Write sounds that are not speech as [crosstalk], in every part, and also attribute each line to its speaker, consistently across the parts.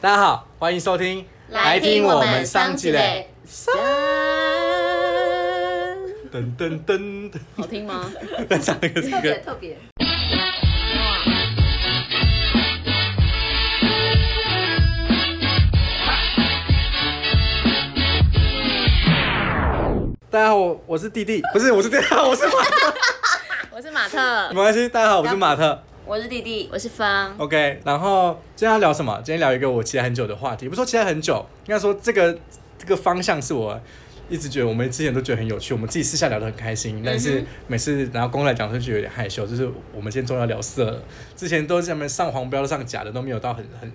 Speaker 1: 大家好，欢迎收听，
Speaker 2: 来听我们上集嘞
Speaker 1: 三噔噔噔噔，
Speaker 2: [laughs] 好听吗？
Speaker 1: 再唱一个这
Speaker 3: 特别
Speaker 1: 个，
Speaker 3: 特别，
Speaker 1: 大家好，我我是弟弟，不是我是大家好，我是马特，
Speaker 2: 我是马
Speaker 1: 没
Speaker 2: 特，
Speaker 1: 关系，大家好，我是马特
Speaker 3: 我是弟弟，
Speaker 2: 我是方，
Speaker 1: ，OK。然后今天要聊什么？今天聊一个我期待很久的话题，不是说期待很久，应该说这个这个方向是我。一直觉得我们之前都觉得很有趣，我们自己私下聊得很开心，但是每次拿公来讲就觉得有点害羞。就是我们今天终于要聊色了，之前都是咱们上黄标上假的，都没有到很很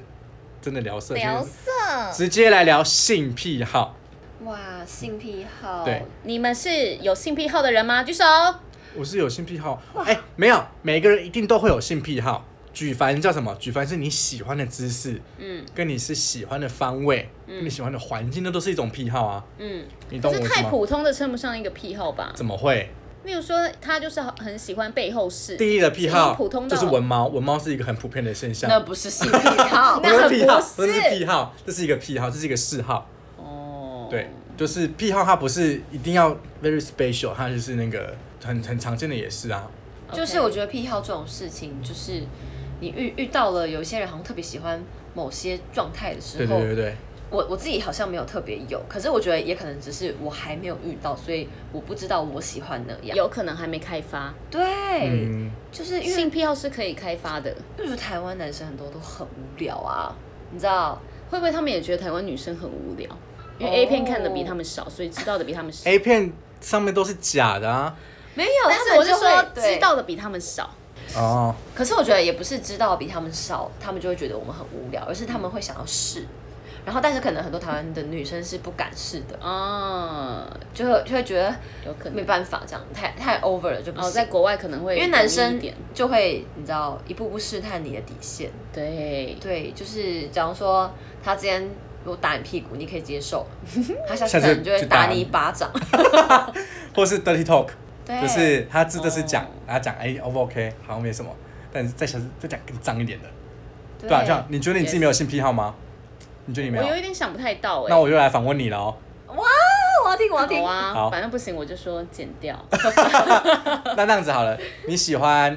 Speaker 1: 真的聊色，
Speaker 2: 聊
Speaker 1: 就是
Speaker 2: 色，
Speaker 1: 直接来聊性癖好。
Speaker 3: 哇，性癖好，
Speaker 1: 对，
Speaker 2: 你们是有性癖好的人吗？举手。
Speaker 1: 我是有性癖好，哎、没有，每个人一定都会有性癖好。举凡叫什么？举凡是你喜欢的姿势，
Speaker 2: 嗯
Speaker 1: 跟你是喜欢的方位，跟你喜欢的环境，那都是一种癖好啊。
Speaker 2: 嗯，
Speaker 1: 你懂
Speaker 2: 可
Speaker 1: 我意
Speaker 2: 是
Speaker 1: 思
Speaker 2: 太
Speaker 1: 吗？
Speaker 2: 普通的称不上一个癖好吧？
Speaker 1: 怎么会？
Speaker 2: 例如说，他就是很喜欢背后事，
Speaker 1: 第一个癖好
Speaker 2: 是普通到
Speaker 1: 就是文猫，文猫是一个很普遍的现象。
Speaker 3: 那不是性癖好
Speaker 1: 我，
Speaker 2: 那
Speaker 1: 的癖好，[laughs] 不
Speaker 2: 不是
Speaker 1: 是癖好，这是一个癖好，这是一个嗜好。
Speaker 2: 哦，
Speaker 1: 对，就是癖好，它不是一定要 very special，它就是那个很很常见的也是啊。
Speaker 2: OK，
Speaker 3: 就是我觉得癖好这种事情，就是你遇遇到了有一些人好像特别喜欢某些状态的时
Speaker 1: 对对
Speaker 3: 候，
Speaker 1: 对对，
Speaker 3: 我我自己好像没有特别有，可是我觉得也可能只是我还没有遇到，所以我不知道我喜欢哪样。
Speaker 2: 有可能还没开发，
Speaker 3: 对，
Speaker 1: 嗯，
Speaker 3: 就是因为
Speaker 2: 性癖好是可以开发的。
Speaker 3: 例如台湾男生很多都很无聊啊，你知道？
Speaker 2: 会不会他们也觉得台湾女生很无聊？因
Speaker 3: 哦
Speaker 2: 为 A 片看的比他们少，所以知道的比他们少。
Speaker 1: A 片上面都是假的啊。
Speaker 3: 没有，
Speaker 2: 但是我是
Speaker 3: 他们
Speaker 2: 说
Speaker 3: 就会
Speaker 2: 知，道的比他们少。
Speaker 1: 哦，
Speaker 3: 对可是我觉得也不是知道比他们少，他们就会觉得我们很无聊，而是他们会想要试。然后，但是可能很多台湾的女生是不敢试的，
Speaker 2: 哦，
Speaker 3: 就会就会觉得
Speaker 2: 有可能
Speaker 3: 没办法，这样太太 over 了，就不
Speaker 2: 哦，
Speaker 3: 行。
Speaker 2: 在国外可能会
Speaker 3: 因为男
Speaker 2: 容易
Speaker 3: 生
Speaker 2: 一点，
Speaker 3: 就会你知道一步步试探你的底线。
Speaker 2: 对，
Speaker 3: 对，就是假如说他之前如果打你屁股，你可以接 [laughs] 受，他下次
Speaker 1: 下次
Speaker 3: 可能就会
Speaker 1: 就打
Speaker 3: 打你一巴掌。
Speaker 1: 或是 dirty talk，
Speaker 3: 对，
Speaker 1: 就是他真的是讲
Speaker 2: 哦，
Speaker 1: 他讲哎，O 不 OK，好像没什么，但是再想再讲更脏一点的，
Speaker 3: 对
Speaker 1: 对啊，像你觉得你自己
Speaker 2: Yes
Speaker 1: 没有性癖好吗？你觉得你没
Speaker 2: 我有一
Speaker 1: 有？
Speaker 2: 点想不太到哎、
Speaker 1: 那我就来反问你了哦。
Speaker 3: 哇， [laughs] 我要听，我要听
Speaker 2: 好。啊，
Speaker 1: 好
Speaker 2: 反正不行我就说剪掉。
Speaker 1: 那那样子好了，你喜欢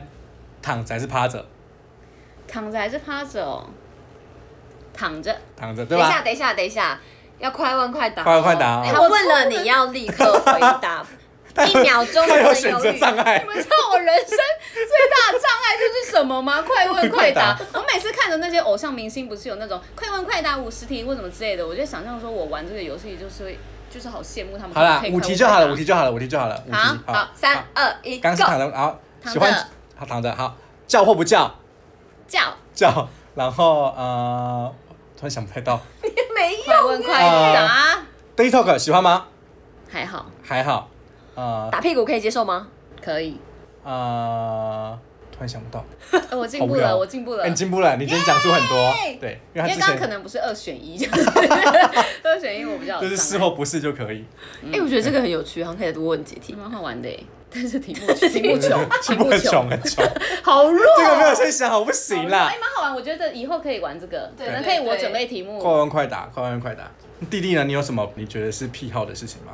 Speaker 1: 躺着还是趴着？
Speaker 2: 躺着还是趴着哦？躺着，
Speaker 1: 躺着对
Speaker 3: 等一下，
Speaker 1: 吧？
Speaker 3: 等一下，等一下，要快问快答哦，
Speaker 1: 快问快答哦
Speaker 3: 哎他问了，你要立刻回答，一秒钟
Speaker 1: [laughs]
Speaker 3: 不
Speaker 1: 他有
Speaker 3: 能
Speaker 1: 选
Speaker 3: 犹
Speaker 1: 择
Speaker 3: 豫。
Speaker 1: 障碍
Speaker 2: [laughs] 你，们知道我人生最大的障碍就是什
Speaker 1: [laughs]
Speaker 2: 么吗？快问快答！我每次看着那些偶像明星，不是有那种快问快答五十题或什么之类的，我就想象说我玩这个游戏就是会，就是好羡慕他们。
Speaker 1: 好啦
Speaker 2: 可以，快
Speaker 1: 五
Speaker 2: 问
Speaker 1: 题就好
Speaker 2: 快
Speaker 1: 了，
Speaker 2: 答
Speaker 1: 五题就好了，五题就好了，五题。
Speaker 2: 好
Speaker 3: [laughs] 好，三二一
Speaker 1: 刚是躺着，
Speaker 3: ，Go！
Speaker 1: 然后
Speaker 2: 躺
Speaker 1: 喜欢
Speaker 2: 着
Speaker 1: 好躺着，好叫或不叫
Speaker 2: 叫
Speaker 1: 叫，然后呃，突然想不太到。
Speaker 3: 没有，
Speaker 2: 快问快
Speaker 1: 哦
Speaker 2: 答，
Speaker 1: dirty talk 喜欢吗？
Speaker 2: 还好
Speaker 1: 还好，呃
Speaker 3: 打屁股可以接受吗？
Speaker 1: [laughs]
Speaker 2: 可以。
Speaker 1: 呃，突然想不到，
Speaker 2: 呃我进
Speaker 1: 好
Speaker 2: 步
Speaker 1: 无聊
Speaker 2: 了，
Speaker 1: 哦
Speaker 2: 我进步了。
Speaker 1: 哎你进步了，你今天讲出很多，对，因为他
Speaker 2: 因为
Speaker 1: 之
Speaker 2: 刚刚可
Speaker 1: 前
Speaker 2: 能不是二选一， [laughs] 就是二选一，我比较有
Speaker 1: 就是 [laughs] 是
Speaker 2: 呃障碍
Speaker 1: 或不是就可以，
Speaker 3: 哎，我觉得这个很有趣，好像可以多问几题。
Speaker 2: 蛮好玩的
Speaker 1: [laughs]
Speaker 2: 耶，但是题目题目穷，题
Speaker 1: 进
Speaker 2: 目
Speaker 1: 步很 [laughs]
Speaker 2: 穷
Speaker 1: 穷，很穷，
Speaker 2: 好弱，
Speaker 1: 这个没有先想好，不行
Speaker 2: 好弱
Speaker 1: 啦
Speaker 2: 哎，。蛮好玩，我觉得以后可以玩这个，
Speaker 3: 对
Speaker 2: 可能
Speaker 3: 对
Speaker 2: 可以我
Speaker 3: 对
Speaker 2: 准备题
Speaker 1: 快
Speaker 2: 目。
Speaker 1: 问快答，快问快答。弟弟呢？你有什么你觉得是癖好的事情吗？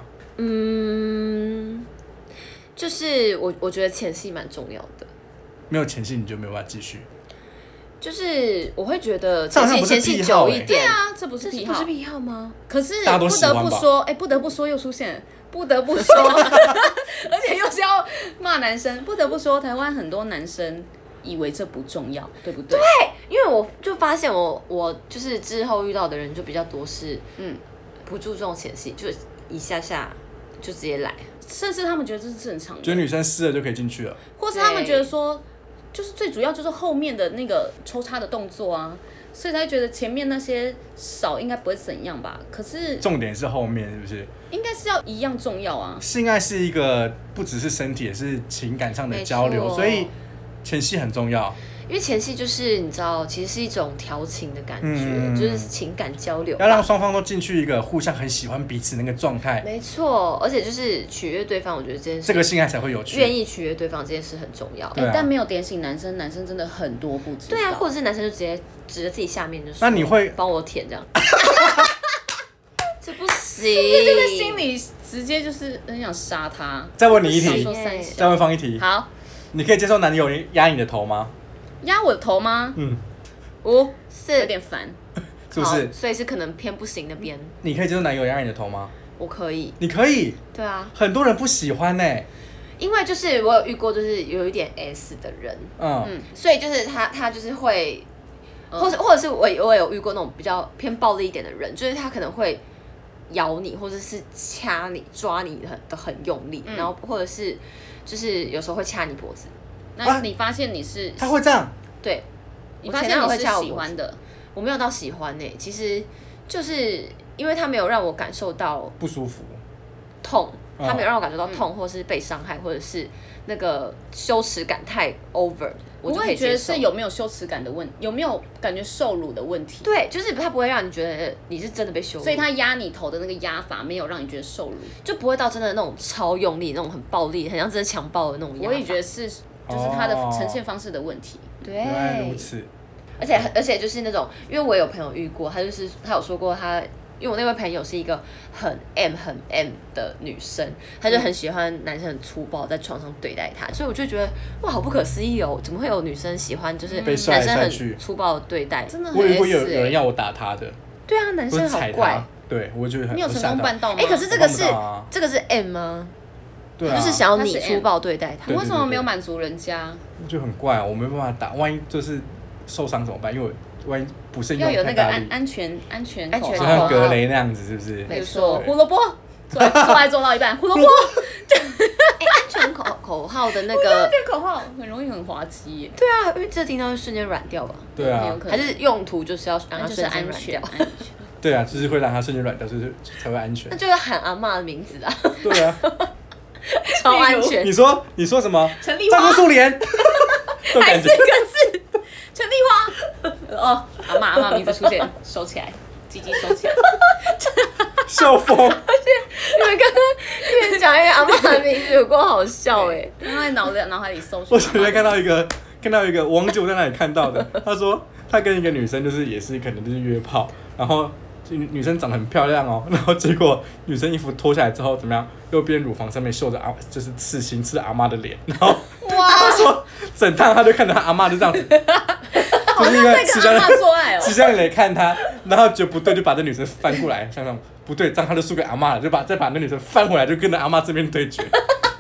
Speaker 3: 嗯，就是我我觉得前戏蛮重要的，
Speaker 1: 没有前戏你就没有办法继续。
Speaker 3: 就是我会觉得
Speaker 1: 这
Speaker 3: 前
Speaker 1: 好像
Speaker 3: 戏
Speaker 1: 不是
Speaker 3: 前戏
Speaker 1: 癖好
Speaker 3: 久
Speaker 1: 哎
Speaker 3: 一
Speaker 2: 对
Speaker 3: 点，
Speaker 2: 啊，这不是癖
Speaker 3: 不
Speaker 2: 好
Speaker 3: 是，癖好吗？
Speaker 2: 可是
Speaker 1: 大家都
Speaker 2: 不
Speaker 1: 喜欢
Speaker 2: 得
Speaker 1: 吧
Speaker 2: 不说，哎，不得不说又出现，不得不说， [laughs] 而且又是要骂男生，不得不说，台湾很多男生以为这不重要，对不对？
Speaker 3: 因为我就发现我我就是之后遇到的人就比较多是
Speaker 2: 嗯。
Speaker 3: 不注重前戏，就一下下就直接来。
Speaker 2: 甚至他们觉得这是正常
Speaker 1: 觉
Speaker 2: 的，
Speaker 1: 得女生湿了就可以进去了，
Speaker 2: 或是他们觉得说，就是最主要就是后面的那个抽插的动作啊，所以才觉得前面那些少应该不会怎样吧？可是
Speaker 1: 重点是后面是不是？
Speaker 2: 应该是要一样重要啊。
Speaker 1: 性爱是一个不只是身体，也是情感上的
Speaker 3: 没
Speaker 1: 交流，
Speaker 3: 错
Speaker 1: 所以前戏很重要。
Speaker 3: 因为前戏就是你知道，其实是一种调情的感觉，
Speaker 1: 嗯
Speaker 3: 就是情感交流吧。
Speaker 1: 要让双方都进去一个互相很喜欢彼此那个状态，
Speaker 3: 没错，而且就是取悦对方，我觉得这件事
Speaker 1: 这个性爱才会有趣。
Speaker 3: 愿意取悦对方这件事很重要。
Speaker 1: 对啊
Speaker 2: 哎但没有点醒男生，男生真的很多不知道。
Speaker 3: 对啊，或者是男生就直接指着自己下面就说：“
Speaker 1: 那你会
Speaker 3: 帮我舔这样？” [laughs] 这不行，
Speaker 2: 这个心里直接就是很想杀他。
Speaker 1: 再问你一
Speaker 2: 想
Speaker 1: 题
Speaker 2: 说，三小
Speaker 1: 再问方一题，
Speaker 2: 好，
Speaker 1: 你可以接受男友压你的头吗？
Speaker 2: 压我的头吗？
Speaker 1: 嗯，
Speaker 2: 五
Speaker 3: 是
Speaker 2: 有点烦。
Speaker 1: 是不是
Speaker 3: 好？所以是可能偏不行那边，
Speaker 1: 你可以接受男友压你的头吗？
Speaker 3: 我可以。
Speaker 1: 你可以，
Speaker 3: 对啊，
Speaker 1: 很多人不喜欢呢、
Speaker 3: 因为就是我有遇过，就是有一点 S 的人，
Speaker 1: 嗯，
Speaker 3: 所以就是他他就是会，呃
Speaker 2: 嗯
Speaker 3: 或者或者是我我有遇过那种比较偏暴力一点的人，就是他可能会咬你，或者是掐你、抓你很的很用力，
Speaker 2: 嗯
Speaker 3: 然后或者是就是有时候会掐你脖子。
Speaker 2: 那你发现你是，
Speaker 1: 他会这样，
Speaker 3: 对
Speaker 2: 你
Speaker 3: 我
Speaker 2: 发
Speaker 3: 啊前
Speaker 2: 现
Speaker 3: 男友
Speaker 2: 你
Speaker 3: 会
Speaker 2: 是
Speaker 3: 掐我
Speaker 2: 喜
Speaker 3: 脖子
Speaker 2: 欢的，
Speaker 3: 我没有到喜欢呢、欸其实就是因为他没有让我感受到
Speaker 1: 不舒服。
Speaker 3: 痛，
Speaker 1: 哦
Speaker 3: 他没有让我感受到
Speaker 2: 嗯
Speaker 3: 痛，或是被伤害，或者是那个羞耻感太 over，我
Speaker 2: 我
Speaker 3: 就可以
Speaker 2: 也觉
Speaker 3: 接
Speaker 2: 得
Speaker 3: 受
Speaker 2: 是。有没有羞耻感的问，有没有感觉受辱的问题。
Speaker 3: 对，就是他不会让你觉得你是真的被羞辱，
Speaker 2: 所以他压你头的那个压法没有让你觉得受辱，
Speaker 3: 就不会到真的那种超用力、那种很暴力、很像真的强暴的那种压法。
Speaker 2: 我也觉得是，就是他的呈现方式的问题。
Speaker 3: 对
Speaker 1: 原来如，此，
Speaker 3: 而且而且就是那种，因为我有朋友遇过，他就是他有说过他。因为我那位朋友是一个很 M 很 M 的女生，她就很喜欢男生很粗暴在床上对待她，所以我就觉得哇，好不可思议哦，怎么会有女生喜欢就是
Speaker 1: 被
Speaker 3: 男
Speaker 1: 帅来
Speaker 3: 生
Speaker 1: 帅去
Speaker 3: 很粗暴的对待？
Speaker 2: 真的很
Speaker 1: 我以为有
Speaker 2: S 欸
Speaker 1: 有人要我打他的，
Speaker 3: 对啊，男
Speaker 1: 不
Speaker 3: 生
Speaker 1: 是
Speaker 3: 好
Speaker 1: 踩
Speaker 3: 怪
Speaker 1: 他。。对，我
Speaker 3: 哦
Speaker 1: 觉得很
Speaker 2: 你有成
Speaker 1: 我吓
Speaker 2: 功
Speaker 1: 到
Speaker 2: 办到吗？
Speaker 3: 哎、可是这个是、
Speaker 1: 我看不到啊
Speaker 3: 这个是 M 吗？
Speaker 1: 对
Speaker 3: 他
Speaker 1: 啊，
Speaker 3: 就是想要
Speaker 2: 他
Speaker 3: 你
Speaker 2: 是 M
Speaker 3: 粗暴对待他
Speaker 2: 你
Speaker 1: 对。
Speaker 2: 为什么没有满足人家？
Speaker 1: 就很怪、啊，我没办法打，万一就是受伤怎么办？因为我万一不慎
Speaker 2: 要
Speaker 1: 用
Speaker 2: 有
Speaker 1: 太
Speaker 2: 那个
Speaker 1: 大
Speaker 2: 安
Speaker 1: 力，
Speaker 2: 安全安全
Speaker 3: 安
Speaker 2: 口
Speaker 3: 全
Speaker 1: 就
Speaker 2: 号
Speaker 3: 口
Speaker 1: 像
Speaker 3: 号
Speaker 1: 格雷那样子，是不是？
Speaker 2: 比
Speaker 3: 没
Speaker 2: 如
Speaker 3: 错
Speaker 2: 说胡萝卜，做爱做爱做到一半，胡萝卜
Speaker 3: 哎安全口口号的那个，
Speaker 2: [laughs] 这个口号很容易很滑稽耶，
Speaker 3: 呃对啊，因为这听到会瞬间软掉吧？
Speaker 1: 对
Speaker 2: 很
Speaker 1: 啊
Speaker 2: 有，可
Speaker 3: 还
Speaker 2: 能
Speaker 3: 是用途就是要让
Speaker 2: 那
Speaker 3: 它
Speaker 2: 就是
Speaker 3: 瞬间
Speaker 2: 安
Speaker 3: 软
Speaker 2: 全
Speaker 3: 掉？ [laughs]
Speaker 2: 安全。
Speaker 1: 对啊，就是会让他瞬间软掉，就是才会安全
Speaker 3: 那。就是喊阿嬷的名字啊，
Speaker 1: 对
Speaker 2: [laughs]
Speaker 1: 啊，
Speaker 3: [laughs] 超安全
Speaker 1: 你。说你说什么？
Speaker 2: [laughs] 陈丽
Speaker 3: [laughs]
Speaker 1: 张
Speaker 2: 花
Speaker 1: 哥，素
Speaker 2: [laughs]
Speaker 1: 莲，都感觉
Speaker 2: 陈丽花， [laughs] 哦，阿妈阿妈名字出
Speaker 3: [laughs]
Speaker 2: 现，收起来，鸡鸡收起来。
Speaker 1: 笑疯。
Speaker 3: 你们刚刚一边讲一个阿嬷的名字，有够好笑哎、
Speaker 2: 因为脑子脑海里搜
Speaker 1: [laughs]
Speaker 2: 索。
Speaker 1: 我昨天看到一个，看到一个网友在那里看到的， [laughs] 他说他跟一个女生就是也是可能就是约炮，然后女女生长得很漂亮哦， [laughs] 然后结果女生衣服脱下来之后怎么样？右边乳房上面绣着阿就是刺青，刺阿妈的脸，然后
Speaker 2: 哇，
Speaker 1: 他说整趟他就看到他阿妈就这样
Speaker 2: [laughs]
Speaker 1: 子，就是因为吃
Speaker 2: 跟阿
Speaker 1: 香
Speaker 2: 妈做
Speaker 1: [laughs]
Speaker 2: 爱哦
Speaker 1: 吃，香磊看他，然后觉得不对就把这女生翻过来，想想不对，这样他就输给阿妈了，就把再把那女生翻回来，就跟着阿妈这边对
Speaker 2: [laughs]
Speaker 1: 决。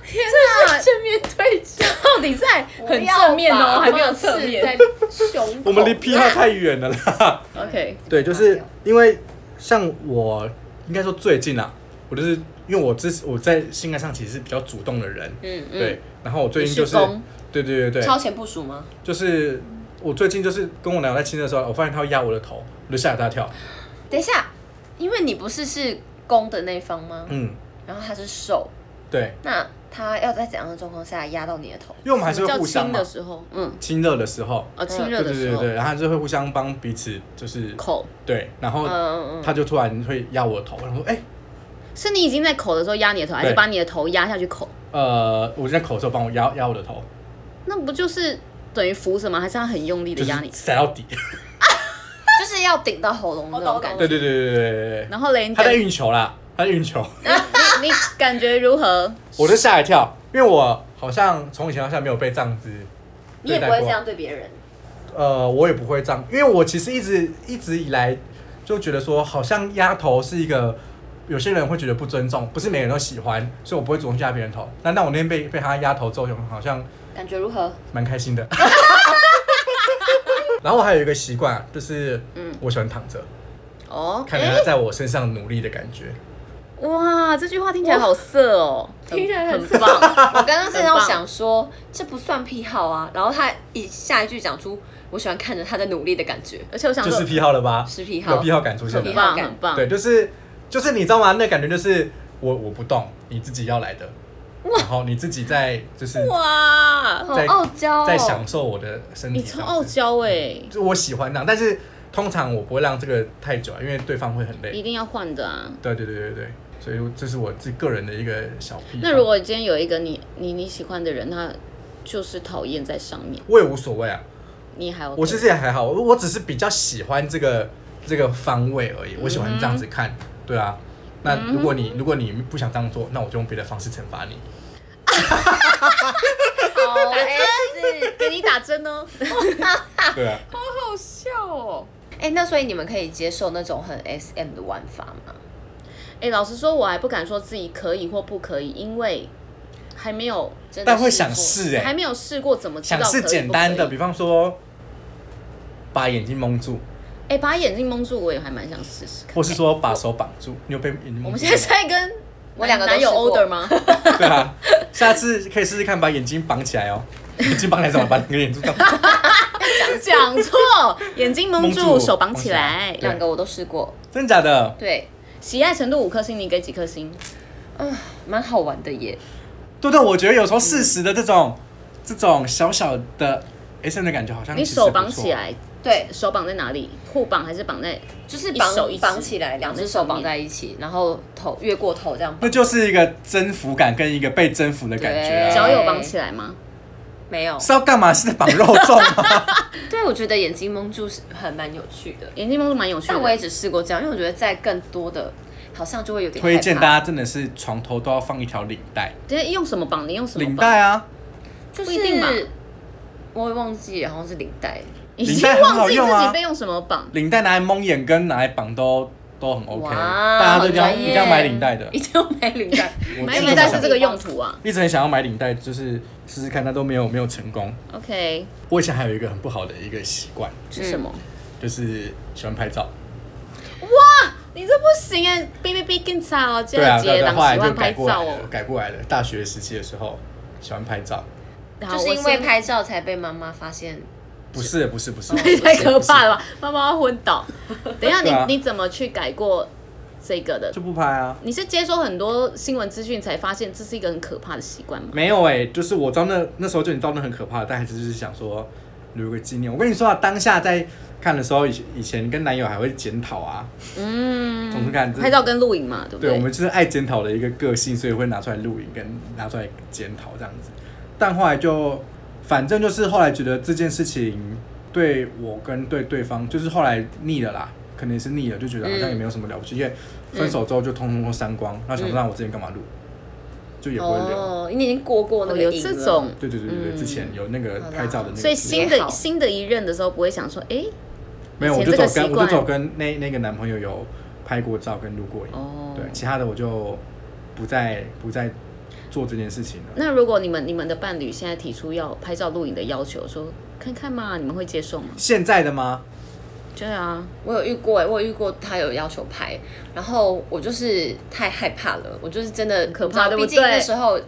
Speaker 2: 天哪，
Speaker 3: 正面对决，
Speaker 2: 啊到底在很
Speaker 3: 不要
Speaker 2: 正面哦，
Speaker 3: 吧
Speaker 2: 还没有
Speaker 3: 阿嬷
Speaker 2: 侧
Speaker 3: 刺
Speaker 2: 面
Speaker 3: 在。胸口。
Speaker 1: 我们离癖好太远了啦。
Speaker 2: OK，
Speaker 1: 对，就是因为像我，应该说最近啊，我就是因为我之我在性爱上其实是比较主动的人，
Speaker 2: 嗯嗯，
Speaker 1: 对。然后我最近就是
Speaker 2: 你是攻，
Speaker 1: 对对对对，
Speaker 3: 超前部署吗？
Speaker 1: 就是我最近就是跟我男友在亲热的时候，我发现他会压我的头，我就吓一大跳。
Speaker 3: 等一下，因为你不是是攻的那一方吗？
Speaker 1: 嗯，
Speaker 3: 然后他是受，
Speaker 1: 对，
Speaker 3: 那他要在怎样的状况下压到你的头？
Speaker 1: 因为我们还是会
Speaker 2: 叫
Speaker 1: 互相
Speaker 2: 亲
Speaker 1: 嘛
Speaker 2: 的，时候，嗯，
Speaker 1: 亲热的时候，
Speaker 2: 哦，亲
Speaker 3: 亲
Speaker 1: 对
Speaker 2: 热
Speaker 1: 对
Speaker 2: 的时
Speaker 1: 对
Speaker 2: 候，
Speaker 1: 对，然后就会互相帮彼此就是
Speaker 2: 口，
Speaker 1: 对，然后
Speaker 3: 嗯嗯
Speaker 1: 他就突然会压我的头，然后哎、
Speaker 2: 是你已经在口的时候压啊你的头，还是
Speaker 1: 对
Speaker 2: 把你的头压下去口？
Speaker 1: 呃，我在口的时候帮我压压我的头，
Speaker 2: 那不就是等于扶什么？还是他很用力的
Speaker 1: 就是
Speaker 2: 压你？
Speaker 1: 塞到底。
Speaker 3: 嗯，就是要顶到喉咙那种感
Speaker 2: 我懂我懂
Speaker 3: 觉。
Speaker 1: 对对对对对对对对。
Speaker 2: 然后嘞，你
Speaker 1: 他
Speaker 2: 感
Speaker 1: 在
Speaker 2: 你
Speaker 1: 运球啦，他在运球，
Speaker 2: [laughs] 你感觉如何？
Speaker 1: 我就吓一跳，因为我好像从以前到现在没有被这样子
Speaker 3: 你
Speaker 1: 对
Speaker 3: 也
Speaker 1: 待
Speaker 3: 不
Speaker 1: 过。
Speaker 3: 会这样对别人，
Speaker 1: 呃，我也不会这样，因为我其实一直一直以来就觉得说，好像压头是一个有些人会觉得不尊重，不是每个人都喜欢，所以我不会主动去压别人头。但但我那天被被他压头之后，好像
Speaker 3: 感觉如何？
Speaker 1: 蛮开
Speaker 3: [laughs]
Speaker 1: 心的。然后我还有一个习惯啊，就是
Speaker 2: 嗯
Speaker 1: 我喜欢躺着，
Speaker 2: 哦，
Speaker 1: 看着他在我身上努力的感觉。
Speaker 2: 哇，这句话听起来好色哦，
Speaker 3: 听起来很
Speaker 2: 很棒。
Speaker 3: 我刚刚是要
Speaker 2: 很棒
Speaker 3: 想说，这不算癖好啊。然后他一下一句讲出，我喜欢看着他在努力的感觉，
Speaker 2: 而且我想
Speaker 1: 就
Speaker 2: 说
Speaker 1: 是，癖好了吧？
Speaker 3: 是癖好
Speaker 1: 有癖好感出现
Speaker 2: 很
Speaker 1: 了
Speaker 3: 有癖。
Speaker 2: [laughs]
Speaker 3: 好
Speaker 2: 棒，
Speaker 3: 感
Speaker 2: 很棒。
Speaker 1: 对，就是就是你知道吗？那感觉就是我我不动，你自己要来的。然后你自己在就是
Speaker 3: 哇，
Speaker 2: 好
Speaker 1: 在
Speaker 2: 傲娇哦，
Speaker 1: 在享受我的身体
Speaker 2: 你
Speaker 1: 这样子，
Speaker 2: 超傲娇哎，
Speaker 1: 就我喜欢那样，啊但是通常我不会让这个太久，啊因为对方会很
Speaker 2: 一
Speaker 1: 累。
Speaker 2: 定要换的啊。
Speaker 1: 对对对对对，所以这是我自己个人的一个小癖好。
Speaker 2: 那如果今天有一个你你你喜欢的人，他就是讨厌在上面，
Speaker 1: 我也无所谓啊，
Speaker 2: 你还 OK？
Speaker 1: 我其实也还好，我我只是比较喜欢这个这个方位而已，
Speaker 2: 嗯
Speaker 1: 我喜欢这样子看，对啊。那如果你如果你不想这样做，那我就用别的方式惩
Speaker 2: [laughs]
Speaker 1: 罚你。
Speaker 3: 好哎 S。
Speaker 2: 给你打针哦， [laughs]
Speaker 1: 对啊，
Speaker 2: 好笑哦。
Speaker 3: 哎，那所以你们可以接受那种很 S M 的玩法吗？
Speaker 2: 哎、老实说，我还不敢说自己可以或不可以，因为还没有真的
Speaker 1: 但会
Speaker 2: 试
Speaker 1: 想
Speaker 2: 过
Speaker 1: 试哎、
Speaker 2: 还没有试过怎么知
Speaker 1: 想
Speaker 2: 道可以
Speaker 1: 试
Speaker 2: 不
Speaker 1: 简单的，
Speaker 2: 可以
Speaker 1: 比方说把眼睛蒙住，
Speaker 2: 哎、把眼睛蒙住，我也还蛮想试试看。
Speaker 1: 或是说把手绑住。你有被眼睛蒙住吗？
Speaker 2: 我们现在是在跟
Speaker 3: 我两个
Speaker 2: 嗯
Speaker 3: 都
Speaker 2: 男
Speaker 3: 试
Speaker 2: 友
Speaker 3: 过
Speaker 2: order
Speaker 3: [laughs]
Speaker 2: 吗？
Speaker 1: 对啊，下次可以试试看把眼睛绑起
Speaker 2: [laughs]
Speaker 1: 来哦。眼睛绑起来怎么把两个眼珠绑？
Speaker 2: 讲错，眼睛蒙住，
Speaker 1: 蒙住
Speaker 2: 手绑
Speaker 1: 绑
Speaker 2: 起
Speaker 1: 起来
Speaker 2: 来。
Speaker 1: 对
Speaker 3: 两个我都试过，
Speaker 1: 真假的？
Speaker 3: 对，
Speaker 2: 喜爱程度五颗星，你给几颗星？
Speaker 3: 蛮好玩的耶。
Speaker 1: 对对，我觉得有时候适时的这种、这种小小的 S M 的感觉，好像
Speaker 2: 你
Speaker 1: 其实不
Speaker 2: 手绑
Speaker 1: 错啊
Speaker 2: 起，来，
Speaker 3: 对，
Speaker 2: 手绑在哪里？护绑还是绑在？
Speaker 3: 就是
Speaker 2: 一手一
Speaker 3: 绑
Speaker 2: 起
Speaker 3: 绑起来，两只手绑在一起，然后头越过头这样绑。
Speaker 1: 那就是一个征服感跟一个被征服的感
Speaker 3: 对
Speaker 1: 觉、
Speaker 2: 脚
Speaker 1: 啊。
Speaker 2: 有绑起来吗？
Speaker 3: 没有，
Speaker 1: 是要干嘛？是在绑肉粽吗？
Speaker 3: 对我觉得眼睛蒙住是很蛮有趣的，
Speaker 2: 眼睛蒙住蛮有趣
Speaker 3: 但我也
Speaker 2: 的。
Speaker 3: 只试过这样，因为我觉得在更多的好像就会有点
Speaker 1: 推荐
Speaker 3: 害
Speaker 1: 大
Speaker 3: 怕，
Speaker 1: 家真的是床头都要放一条领带，
Speaker 2: 今天用什么绑？你用什么绑？
Speaker 1: 领带啊，
Speaker 3: 就
Speaker 2: 不一定吧
Speaker 3: 是我也忘记了，好像是领带。
Speaker 2: 已
Speaker 1: 领
Speaker 2: 经
Speaker 1: 带很好
Speaker 2: 忘记自
Speaker 1: 用啊
Speaker 2: 己被用什么绑。
Speaker 1: 领带拿来蒙眼跟拿来绑都都很 OK，
Speaker 3: 哇
Speaker 1: 大家都一定要
Speaker 3: 好专
Speaker 1: 一
Speaker 3: 业
Speaker 1: 定要买领带的
Speaker 3: 一。定要买领带。
Speaker 1: [laughs] 我
Speaker 2: 买
Speaker 1: 自己
Speaker 2: 领带
Speaker 1: 买
Speaker 2: 是这个用途啊。
Speaker 1: 一直很想要买领带，就是试试看，但都没有没有成功。
Speaker 2: OK，
Speaker 1: 我以前还有一个很不好的一个习惯，
Speaker 3: 嗯
Speaker 2: 是什么？
Speaker 1: 就是喜欢拍照。
Speaker 2: 你这不行哎，B B B 更差哦，这
Speaker 1: 对啊，
Speaker 2: 样
Speaker 1: 对
Speaker 2: 结
Speaker 1: 啊，
Speaker 2: 党
Speaker 1: 后来
Speaker 2: 喜
Speaker 1: 就
Speaker 2: 欢
Speaker 1: 改
Speaker 2: 拍
Speaker 1: 过来
Speaker 2: 照
Speaker 1: 了，
Speaker 2: 哦，
Speaker 1: 改过来了。大学时期的时候喜欢拍照，
Speaker 2: 然后
Speaker 3: 就是
Speaker 2: 我
Speaker 3: 因为
Speaker 2: 先。
Speaker 3: 拍照才被妈妈发现，
Speaker 1: 不是不是不是，
Speaker 2: 这也 [laughs] 太可怕
Speaker 1: 了，
Speaker 2: 了吧！妈妈会昏
Speaker 1: [laughs]
Speaker 2: 倒。等一下，
Speaker 1: 对啊
Speaker 2: 你你怎么去改过这个的
Speaker 1: 就？不拍啊。
Speaker 2: 你是接收很多新闻资讯才发现这是一个很可怕的习
Speaker 1: [laughs]
Speaker 2: 惯吗？
Speaker 1: 没有哎、就是我知道那那时候就你知道那很可怕，但还是就是想说留个纪念。我跟你说啊，当下在看的时候，以前以前跟男友还会检讨啊，嗯，总是看这
Speaker 2: 拍照跟录影嘛，对不
Speaker 1: 对，
Speaker 2: 对？哦
Speaker 1: 我们就是爱检讨的一个个性，所以会拿出来录影跟拿出来检讨这样子。但后来就，反正就是后来觉得这件事情对我跟对对方，就是后来腻了啦，可能也是腻了，就觉得好像也没有什么了不起，因为分手之后就通通都删光，那、想说那我之前干嘛录，就也不会留。
Speaker 3: 哦，你已经过过那
Speaker 2: 哦
Speaker 3: 个
Speaker 2: 有
Speaker 3: 瘾
Speaker 2: 这
Speaker 3: 了
Speaker 2: 种，
Speaker 1: 啊对对对对对，之前有那个
Speaker 3: 好啦
Speaker 1: 拍照的那个资料，
Speaker 2: 嗯所以新
Speaker 3: 也
Speaker 2: 的
Speaker 3: 好
Speaker 2: 新的一任的时候不会想说，哎，
Speaker 1: 没有，我
Speaker 2: 以
Speaker 1: 就
Speaker 2: 前
Speaker 1: 走
Speaker 2: 这个
Speaker 1: 跟我
Speaker 2: 习
Speaker 1: 就
Speaker 2: 惯
Speaker 1: 走跟那那个男朋友有拍过照跟录过影，
Speaker 2: 哦
Speaker 1: 对，其他的我就不再不再做这件事情了。
Speaker 2: 那如果你们你们的伴侣现在提出要拍照录影的要求，说看看嘛，你们会接受吗？
Speaker 1: 现在的吗？
Speaker 2: 对啊，
Speaker 3: 我有遇过哎、我有遇过他有要求拍，然后我就是太害怕了，我就是真的
Speaker 2: 可怕
Speaker 3: 你知道
Speaker 2: 对不对
Speaker 3: 毕竟那时候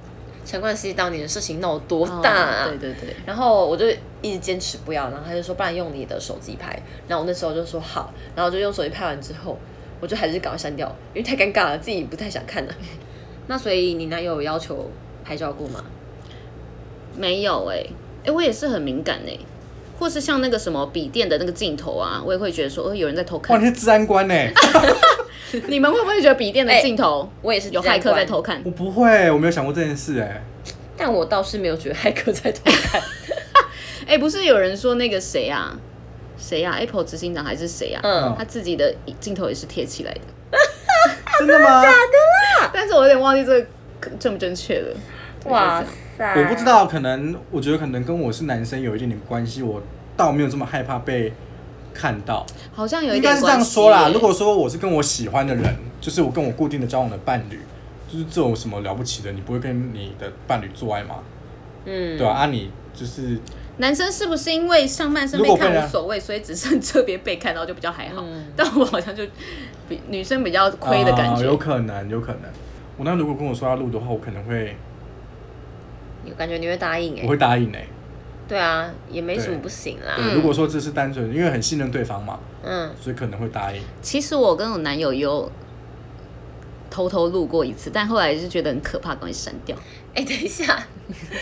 Speaker 3: 陈冠希当年的事情闹多大啊、
Speaker 2: 哦对对对，
Speaker 3: 然后我就一直坚持不要，然后他就说不然用你的手机拍，然后我那时候就说好，然后我就用手机拍完之后，我就还是赶快删掉，因为太尴尬了，自己不太想看了。 [laughs] 那所以你男友有要求拍照过吗？
Speaker 2: 没有哎、欸，哎、我也是很敏感哎、或是像那个什么笔电的那个镜头啊，我也会觉得说，哦，有人在偷
Speaker 1: 哇，
Speaker 2: 看
Speaker 1: 你。
Speaker 2: [laughs]
Speaker 1: 是治安官呢、
Speaker 2: 你们会不会觉得笔电
Speaker 1: 欸
Speaker 2: 的镜头、
Speaker 3: 我也是
Speaker 2: 有
Speaker 3: 自然
Speaker 2: 骇客在
Speaker 3: 观
Speaker 2: 偷看
Speaker 1: 我？不会，我没有想过这件事哎、
Speaker 3: 但我倒是没有觉得骇客在偷 [laughs] 看，
Speaker 2: 哎、不是有人说那个谁啊，谁啊，Apple 执行长还是谁啊，
Speaker 3: 嗯
Speaker 2: 他自己的镜头也是贴起来
Speaker 1: [laughs]
Speaker 2: 的，
Speaker 1: 真的吗？
Speaker 2: 但是我有点忘记这个正不正确了。
Speaker 3: 哇塞，
Speaker 1: 我不知道，可能我觉得可能跟我是男生有一点点关系，我倒没有这么害怕被看到。
Speaker 2: 好像有一
Speaker 1: 应该
Speaker 2: 点
Speaker 1: 是这样
Speaker 2: 关系
Speaker 1: 说啦。
Speaker 2: 耶
Speaker 1: 如果说我是跟我喜欢的人，就是我跟我固定的交往的伴侣，就是这有什么了不起的？你不会跟你的伴侣做爱吗？
Speaker 3: 嗯
Speaker 1: 对啊，啊你就是
Speaker 2: 男生是不是因为上半身
Speaker 1: 如果
Speaker 2: 被
Speaker 1: 被人嗯
Speaker 2: 看无所谓，所以只剩这边被看到就比较还好？但我好像就比女生比较亏的感
Speaker 1: 啊
Speaker 2: 觉。
Speaker 1: 有可能，有可能。我那如果跟我说要录的话，我可能会
Speaker 3: 你感觉你会答应哎、
Speaker 1: 我会嗯答应哎、
Speaker 3: 对啊，也没什
Speaker 1: 对
Speaker 3: 么不行啦。
Speaker 2: 嗯
Speaker 1: 对，如果说这是单纯因为很信任对方嘛，
Speaker 3: 嗯，
Speaker 1: 所以可能会答应。
Speaker 2: 其实我跟我男友有偷偷录过一次，但后来就觉得很可怕，赶快删掉。
Speaker 3: 哎、等一下，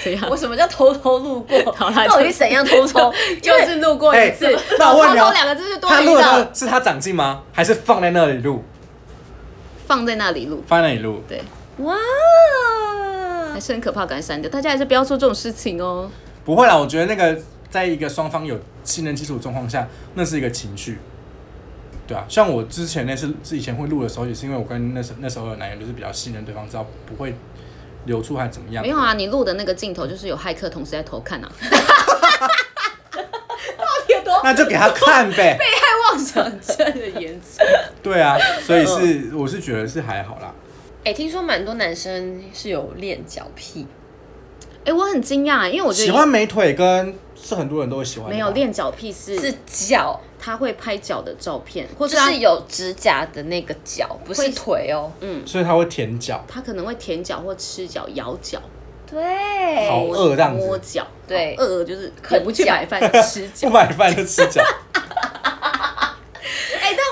Speaker 2: 这样
Speaker 3: 我什么叫偷偷路过？ [laughs]
Speaker 2: 好啦
Speaker 3: 到底
Speaker 2: 就是
Speaker 3: 怎样偷 [laughs] 偷？因
Speaker 2: 就 [laughs]
Speaker 3: 为
Speaker 2: 是录过一次
Speaker 1: 哎。那我问你哦
Speaker 2: [laughs] 偷偷两个字是多
Speaker 1: 他
Speaker 2: 余
Speaker 1: 录的时
Speaker 2: 的，
Speaker 1: 候是他长进吗？还是放在那里录？
Speaker 2: 放在那里录，
Speaker 1: 放在那里录。
Speaker 2: 对，
Speaker 3: 哇，
Speaker 2: 还是很可怕，赶快删掉。大家还是不要做这种事情哦。
Speaker 1: 不会啦，我觉得那个在一个双方有信任基础的状况下，那是一个情绪，对啊。像我之前那次是以前会录的时候，也是因为我跟那时那时候的男友就是比较信任对方，知道不会流出还怎么样
Speaker 2: 没。有啊，你录的那个镜头就是有骇客同时在偷看啊，
Speaker 3: 有多
Speaker 1: 那就给他看呗，
Speaker 2: 被害妄想症的延迟。
Speaker 1: 对啊，所以是我是觉得是还好啦，
Speaker 3: [laughs] 哎、听说蛮多男生是有练脚癖，
Speaker 2: 哎、我很惊讶，因为我觉得
Speaker 1: 喜欢美腿跟是很多人都会喜欢的吧，
Speaker 2: 没有练脚癖是
Speaker 3: 是脚，
Speaker 2: 他会拍脚的照片，或
Speaker 3: 就是
Speaker 2: 他
Speaker 3: 是有指甲的那个脚，不是腿哦。
Speaker 1: 所以他会舔脚，
Speaker 2: 他可能会舔脚或吃脚、咬脚、
Speaker 3: 对
Speaker 1: 好饿这样子
Speaker 2: 摸脚，
Speaker 3: 对
Speaker 2: 好哦饿就是
Speaker 3: 啃
Speaker 2: 也不去
Speaker 3: 脚
Speaker 2: 买饭吃脚
Speaker 1: 不。买饭就吃脚，
Speaker 2: [laughs] 哎、但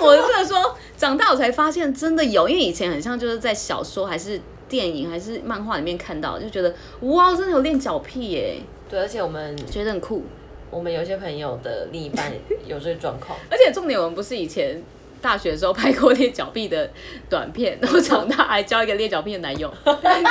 Speaker 2: 我真的说，长大我才发现真的有，因为以前很像就是在小说还是电影还是漫画里面看到，就觉得哇，真的有练脚癖耶、
Speaker 3: 对，而且我们
Speaker 2: 觉得很酷。
Speaker 3: 我们有一些朋友的另一半有这个状况，
Speaker 2: 而且重点，我们不是以前大学的时候拍过练脚臂的短片，然后长大还交一个练脚臂的 [laughs] 男友，很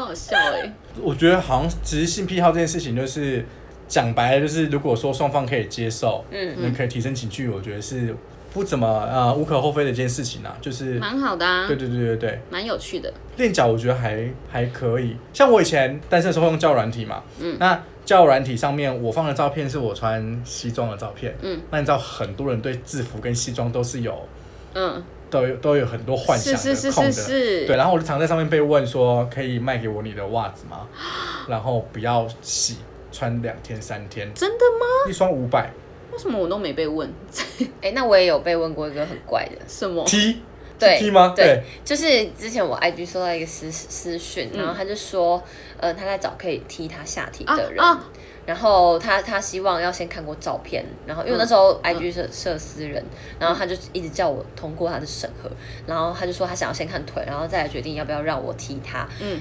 Speaker 2: 好笑哎、
Speaker 1: 我觉得好像其实性癖好这件事情，就是讲白了，就是如果说双方可以接受，嗯，能可以提升情趣，我觉得是不怎么呃无可厚非的一件事情啊。就是
Speaker 2: 蛮好的啊
Speaker 1: 对，对对对对，
Speaker 2: 蛮有趣的。
Speaker 1: 练脚我觉得还还可以。像我以前单身的时候用交友软体嘛，嗯，那交友软体上面我放的照片是我穿西装的照片，
Speaker 2: 嗯，
Speaker 1: 那你知道很多人对制服跟西装都是有
Speaker 2: 嗯，
Speaker 1: 都有都有很多幻想
Speaker 2: 是
Speaker 1: 的
Speaker 2: 是是
Speaker 1: 空
Speaker 2: 是
Speaker 1: 的，
Speaker 2: 是，
Speaker 1: 对，然后我就常在上面被问说，可以卖给我你的袜子吗？ [gasps] 然后不要洗，穿两天三天，
Speaker 2: 真的吗？
Speaker 1: 一双五百
Speaker 2: 为什么我都没被问？
Speaker 3: [laughs]
Speaker 2: [laughs]
Speaker 3: 哎、那我也有被问过一个很怪的，
Speaker 2: 什么？
Speaker 1: T
Speaker 3: 对
Speaker 1: T 吗？
Speaker 3: 对，，就是之前我 IG 收到一个私私讯，
Speaker 1: 嗯
Speaker 3: 然后他就说，呃，他在找可以踢他下体的人，
Speaker 2: 啊
Speaker 3: 然后他他希望要先看过照片，然后因为那
Speaker 2: 嗯
Speaker 3: 时候 IG 设设私人，然后他就一直叫我通过他的审核，然后他就说他想要先看腿，然后再来决定要不要让我踢他，
Speaker 2: 嗯，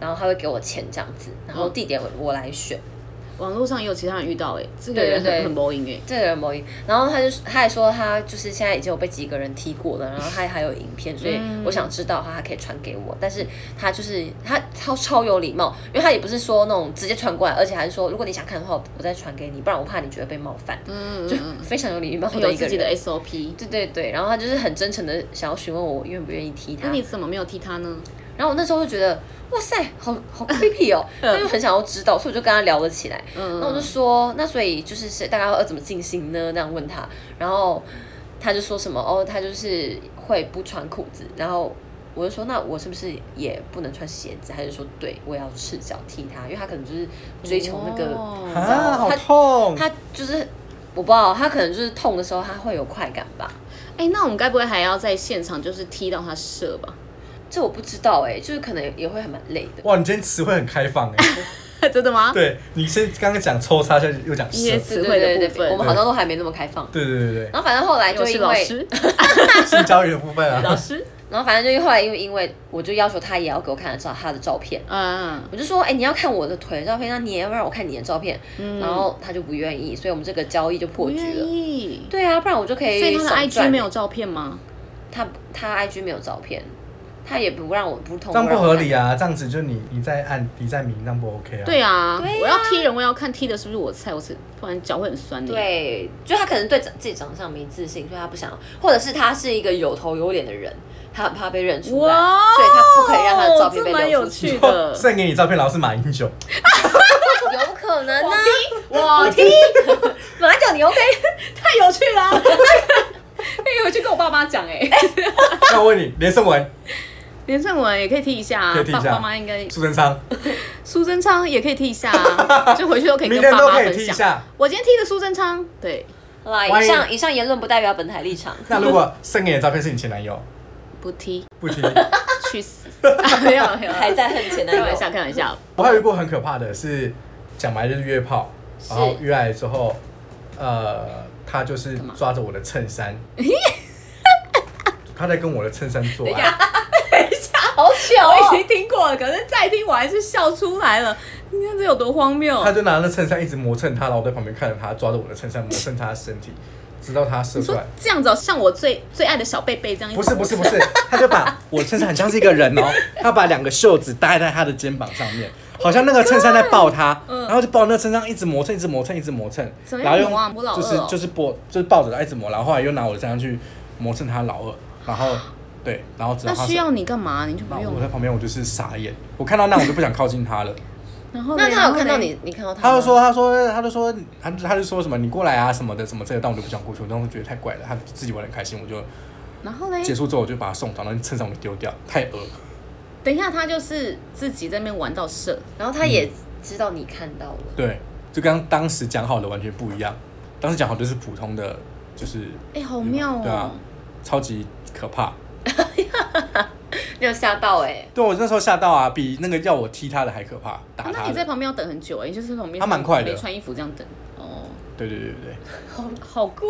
Speaker 3: 然后他会给我钱这样子，然后地点我我来选。
Speaker 2: 网络上也有其他人遇到哎、这个
Speaker 3: 对对
Speaker 2: 人
Speaker 3: 对
Speaker 2: 很很 boring 哎、
Speaker 3: 这个人某一，然后他就他还说他就是现在已经有被几个人踢过了，然后他还有影片，所以
Speaker 2: 嗯
Speaker 3: 我想知道他还可以传给我，但是他就是他超超有礼貌，因为他也不是说那种直接传过来，而且还是说如果你想看的话，我再传给你，不然我怕你觉得被冒犯，
Speaker 2: 嗯
Speaker 3: 就
Speaker 2: 嗯嗯
Speaker 3: 非常有礼貌
Speaker 2: 嗯，
Speaker 3: 的
Speaker 2: 有
Speaker 3: 一个
Speaker 2: 自己的
Speaker 3: 人。
Speaker 2: SOP。
Speaker 3: 对对对，然后他就是很真诚的想要询问我愿不愿意踢他
Speaker 2: 那，你怎么没有踢他呢？
Speaker 3: 然后我那时候就觉得哇塞，好
Speaker 2: [laughs]
Speaker 3: 好 creepy 哦，他就很想要知道，所以我就跟他聊了起来。
Speaker 2: 嗯，
Speaker 3: 那我就说，那所以就是是大家要怎么进行呢？那样问他，然后他就说什么哦，他就是会不穿裤子，然后我就说那我是不是也不能穿鞋子？他就说对，我也要赤脚踢他，因为他可能就是追求那个，
Speaker 2: 哦
Speaker 1: 啊，好
Speaker 3: 他
Speaker 1: 痛！
Speaker 3: 他就是我不知道，他可能就是痛的时候他会有快感吧，
Speaker 2: 哎、那我们该不会还要在现场就是踢到他射吧？
Speaker 3: 这我不知道哎、就是可能也会还蛮累的。
Speaker 1: 哇，你今天词汇很开放哎，
Speaker 2: [laughs] [laughs] 真的吗？
Speaker 1: 对你先刚刚讲抽插，现在又讲射
Speaker 2: 也，是
Speaker 3: 对
Speaker 2: 词汇的
Speaker 3: 对对
Speaker 2: 部
Speaker 3: 对，
Speaker 2: 分
Speaker 3: 我们好像都还没那么开放。
Speaker 1: 对对对对
Speaker 3: 然后反正后来就
Speaker 2: 哎我是
Speaker 3: 因
Speaker 2: 老
Speaker 3: 为
Speaker 2: 师，
Speaker 1: 对， [laughs] 性教育的部分
Speaker 2: 老 [laughs]
Speaker 1: 啊，
Speaker 2: 师，
Speaker 3: 然后反正就后来因为因为我就要求他也要给我看照他的照片，
Speaker 2: 嗯，
Speaker 3: 我就说，哎、你要看我的腿的照片，那你也要让我看你的照片，
Speaker 2: 嗯
Speaker 3: 然后他就不愿意，所以我们这个交易就破
Speaker 2: 不
Speaker 3: 局
Speaker 2: 愿
Speaker 3: 了。
Speaker 2: 意。
Speaker 3: 对啊，不然我就可
Speaker 2: 嗯所以
Speaker 3: 以
Speaker 2: 他的
Speaker 3: 少赚
Speaker 2: IG 没有照片吗？
Speaker 3: 他他 IG 没有照片，他也不让我不通
Speaker 1: [laughs] 这样
Speaker 3: 过
Speaker 1: 不合理
Speaker 3: 啊。
Speaker 1: 啊，这样子就你你在按你在明，这样不 OK 啊？
Speaker 2: 对啊，
Speaker 3: 对啊
Speaker 2: 我要踢人，我也要看踢的是不是我菜，我是不然脚会很酸的。，
Speaker 3: 对，就他可能对长自己长相没自信，所以他不想，或者是他是一个有头有脸的人，他很怕被认出来，
Speaker 2: 哇，
Speaker 3: 所以他不可以让他的照片被
Speaker 2: 这蛮
Speaker 3: 流
Speaker 2: 有
Speaker 3: 出去。
Speaker 1: [laughs]
Speaker 2: 趣的。
Speaker 1: 送给你照片，然后是马英
Speaker 2: [laughs]
Speaker 1: 九，
Speaker 3: [laughs] 有可能啊呢、
Speaker 2: 我踢，
Speaker 3: 马九你 OK？
Speaker 2: [laughs] 太有趣 [laughs] 了。哎，回去跟我爸妈讲哎，
Speaker 1: 那我问你，连胜文、
Speaker 2: 连胜文也可以踢一下啊
Speaker 1: 可以踢一，
Speaker 2: 爸
Speaker 1: 下
Speaker 2: 爸妈应该，
Speaker 1: 苏贞昌，
Speaker 2: 苏贞昌也可以踢一下
Speaker 1: [laughs]
Speaker 2: 啊，就回去都可以
Speaker 1: 明
Speaker 2: 跟
Speaker 1: 天
Speaker 2: 爸
Speaker 1: 都
Speaker 2: 妈
Speaker 1: 可以
Speaker 2: 分
Speaker 1: 踢一
Speaker 2: 享。
Speaker 1: 下。
Speaker 2: 我今天踢的苏贞昌，对，
Speaker 3: 好啦，
Speaker 1: 欢
Speaker 3: 以
Speaker 1: 迎
Speaker 3: 上以上言论不代表本台
Speaker 1: [laughs]
Speaker 3: 立场。
Speaker 1: 那如果送给你的照片是你前男友，
Speaker 2: 不踢，
Speaker 1: 不踢。
Speaker 2: 去死！ [laughs] 没有没有，
Speaker 3: 还在恨前男
Speaker 2: 开
Speaker 3: 友
Speaker 2: 玩，笑开玩笑。
Speaker 1: [laughs]
Speaker 3: 啊
Speaker 1: 我还有遇过很可怕的是，讲白就是约炮，然后约来之后，呃，他就是
Speaker 2: [laughs]
Speaker 1: 抓着我的衬衫，他在跟我的衬衫做爱，
Speaker 2: 好巧
Speaker 3: 我
Speaker 2: 哦
Speaker 3: 已！经听过了，可是
Speaker 2: 再听我还是笑出来了，你看这有多荒谬
Speaker 1: 他！就拿那衬衫一直磨蹭他，然后我在旁边看着他，抓着我的衬衫磨蹭他的身体，直到他射
Speaker 2: 你
Speaker 1: 出
Speaker 2: 说
Speaker 1: 来。
Speaker 2: 这样子、哦，像我最最爱的小贝贝这样一
Speaker 1: 不是不是不是，他就把我衬衫很像是一个
Speaker 2: [laughs]
Speaker 1: 人哦，他把两个袖子搭在他的肩膀上面，好像那个衬衫在抱他，
Speaker 2: 嗯
Speaker 1: 然后就抱那衬衫一直磨蹭，一直磨蹭，一直磨蹭，
Speaker 2: 怎么
Speaker 1: 然后
Speaker 2: 样磨啊磨老
Speaker 1: 用就
Speaker 2: 二
Speaker 1: 是
Speaker 2: 哦
Speaker 1: 就是抱就是抱着他一直磨，然后后来又拿我的衬衫去磨蹭他老二，然
Speaker 2: [laughs]
Speaker 1: 后对，然后直到
Speaker 2: 那
Speaker 1: 他
Speaker 2: 需要你干嘛？你就
Speaker 1: 然
Speaker 2: 不
Speaker 1: 后
Speaker 2: 用
Speaker 1: 我
Speaker 2: 了
Speaker 1: 在。旁边我就是傻眼，我看到那我就不想靠近他
Speaker 2: 嗯
Speaker 1: 了。
Speaker 2: 然后嘞
Speaker 3: 那他有看到，
Speaker 2: 然后嘞
Speaker 3: 你，你看到他？
Speaker 1: 他就，说，他说，他就说，他他就说什么你过来啊什么的什么之类的，但我就不想过去，我当时觉得太怪了，他自己玩的开心，我就
Speaker 2: 然后嘞，
Speaker 1: 结束之后我就把他送到，然后衬衫我就丢掉，太恶。
Speaker 2: 等一下他就是自己在那边玩到射，
Speaker 3: 然后他也知道你看到了。
Speaker 1: 对，就跟当时讲好的完全不一样，当时讲好就是普通的，就是
Speaker 2: 哎、好妙哦！
Speaker 1: 对啊，超级可怕。
Speaker 3: 你有吓到哎、
Speaker 1: 对我那时候吓到啊，比那个要我踢他的还可怕，打他
Speaker 2: 啊
Speaker 1: 的。
Speaker 2: 那你在旁边要等很久哎、你就是旁边
Speaker 1: 他蛮快的
Speaker 2: 没穿衣服这样等哦，
Speaker 1: 对对对对对，
Speaker 2: 好啊怪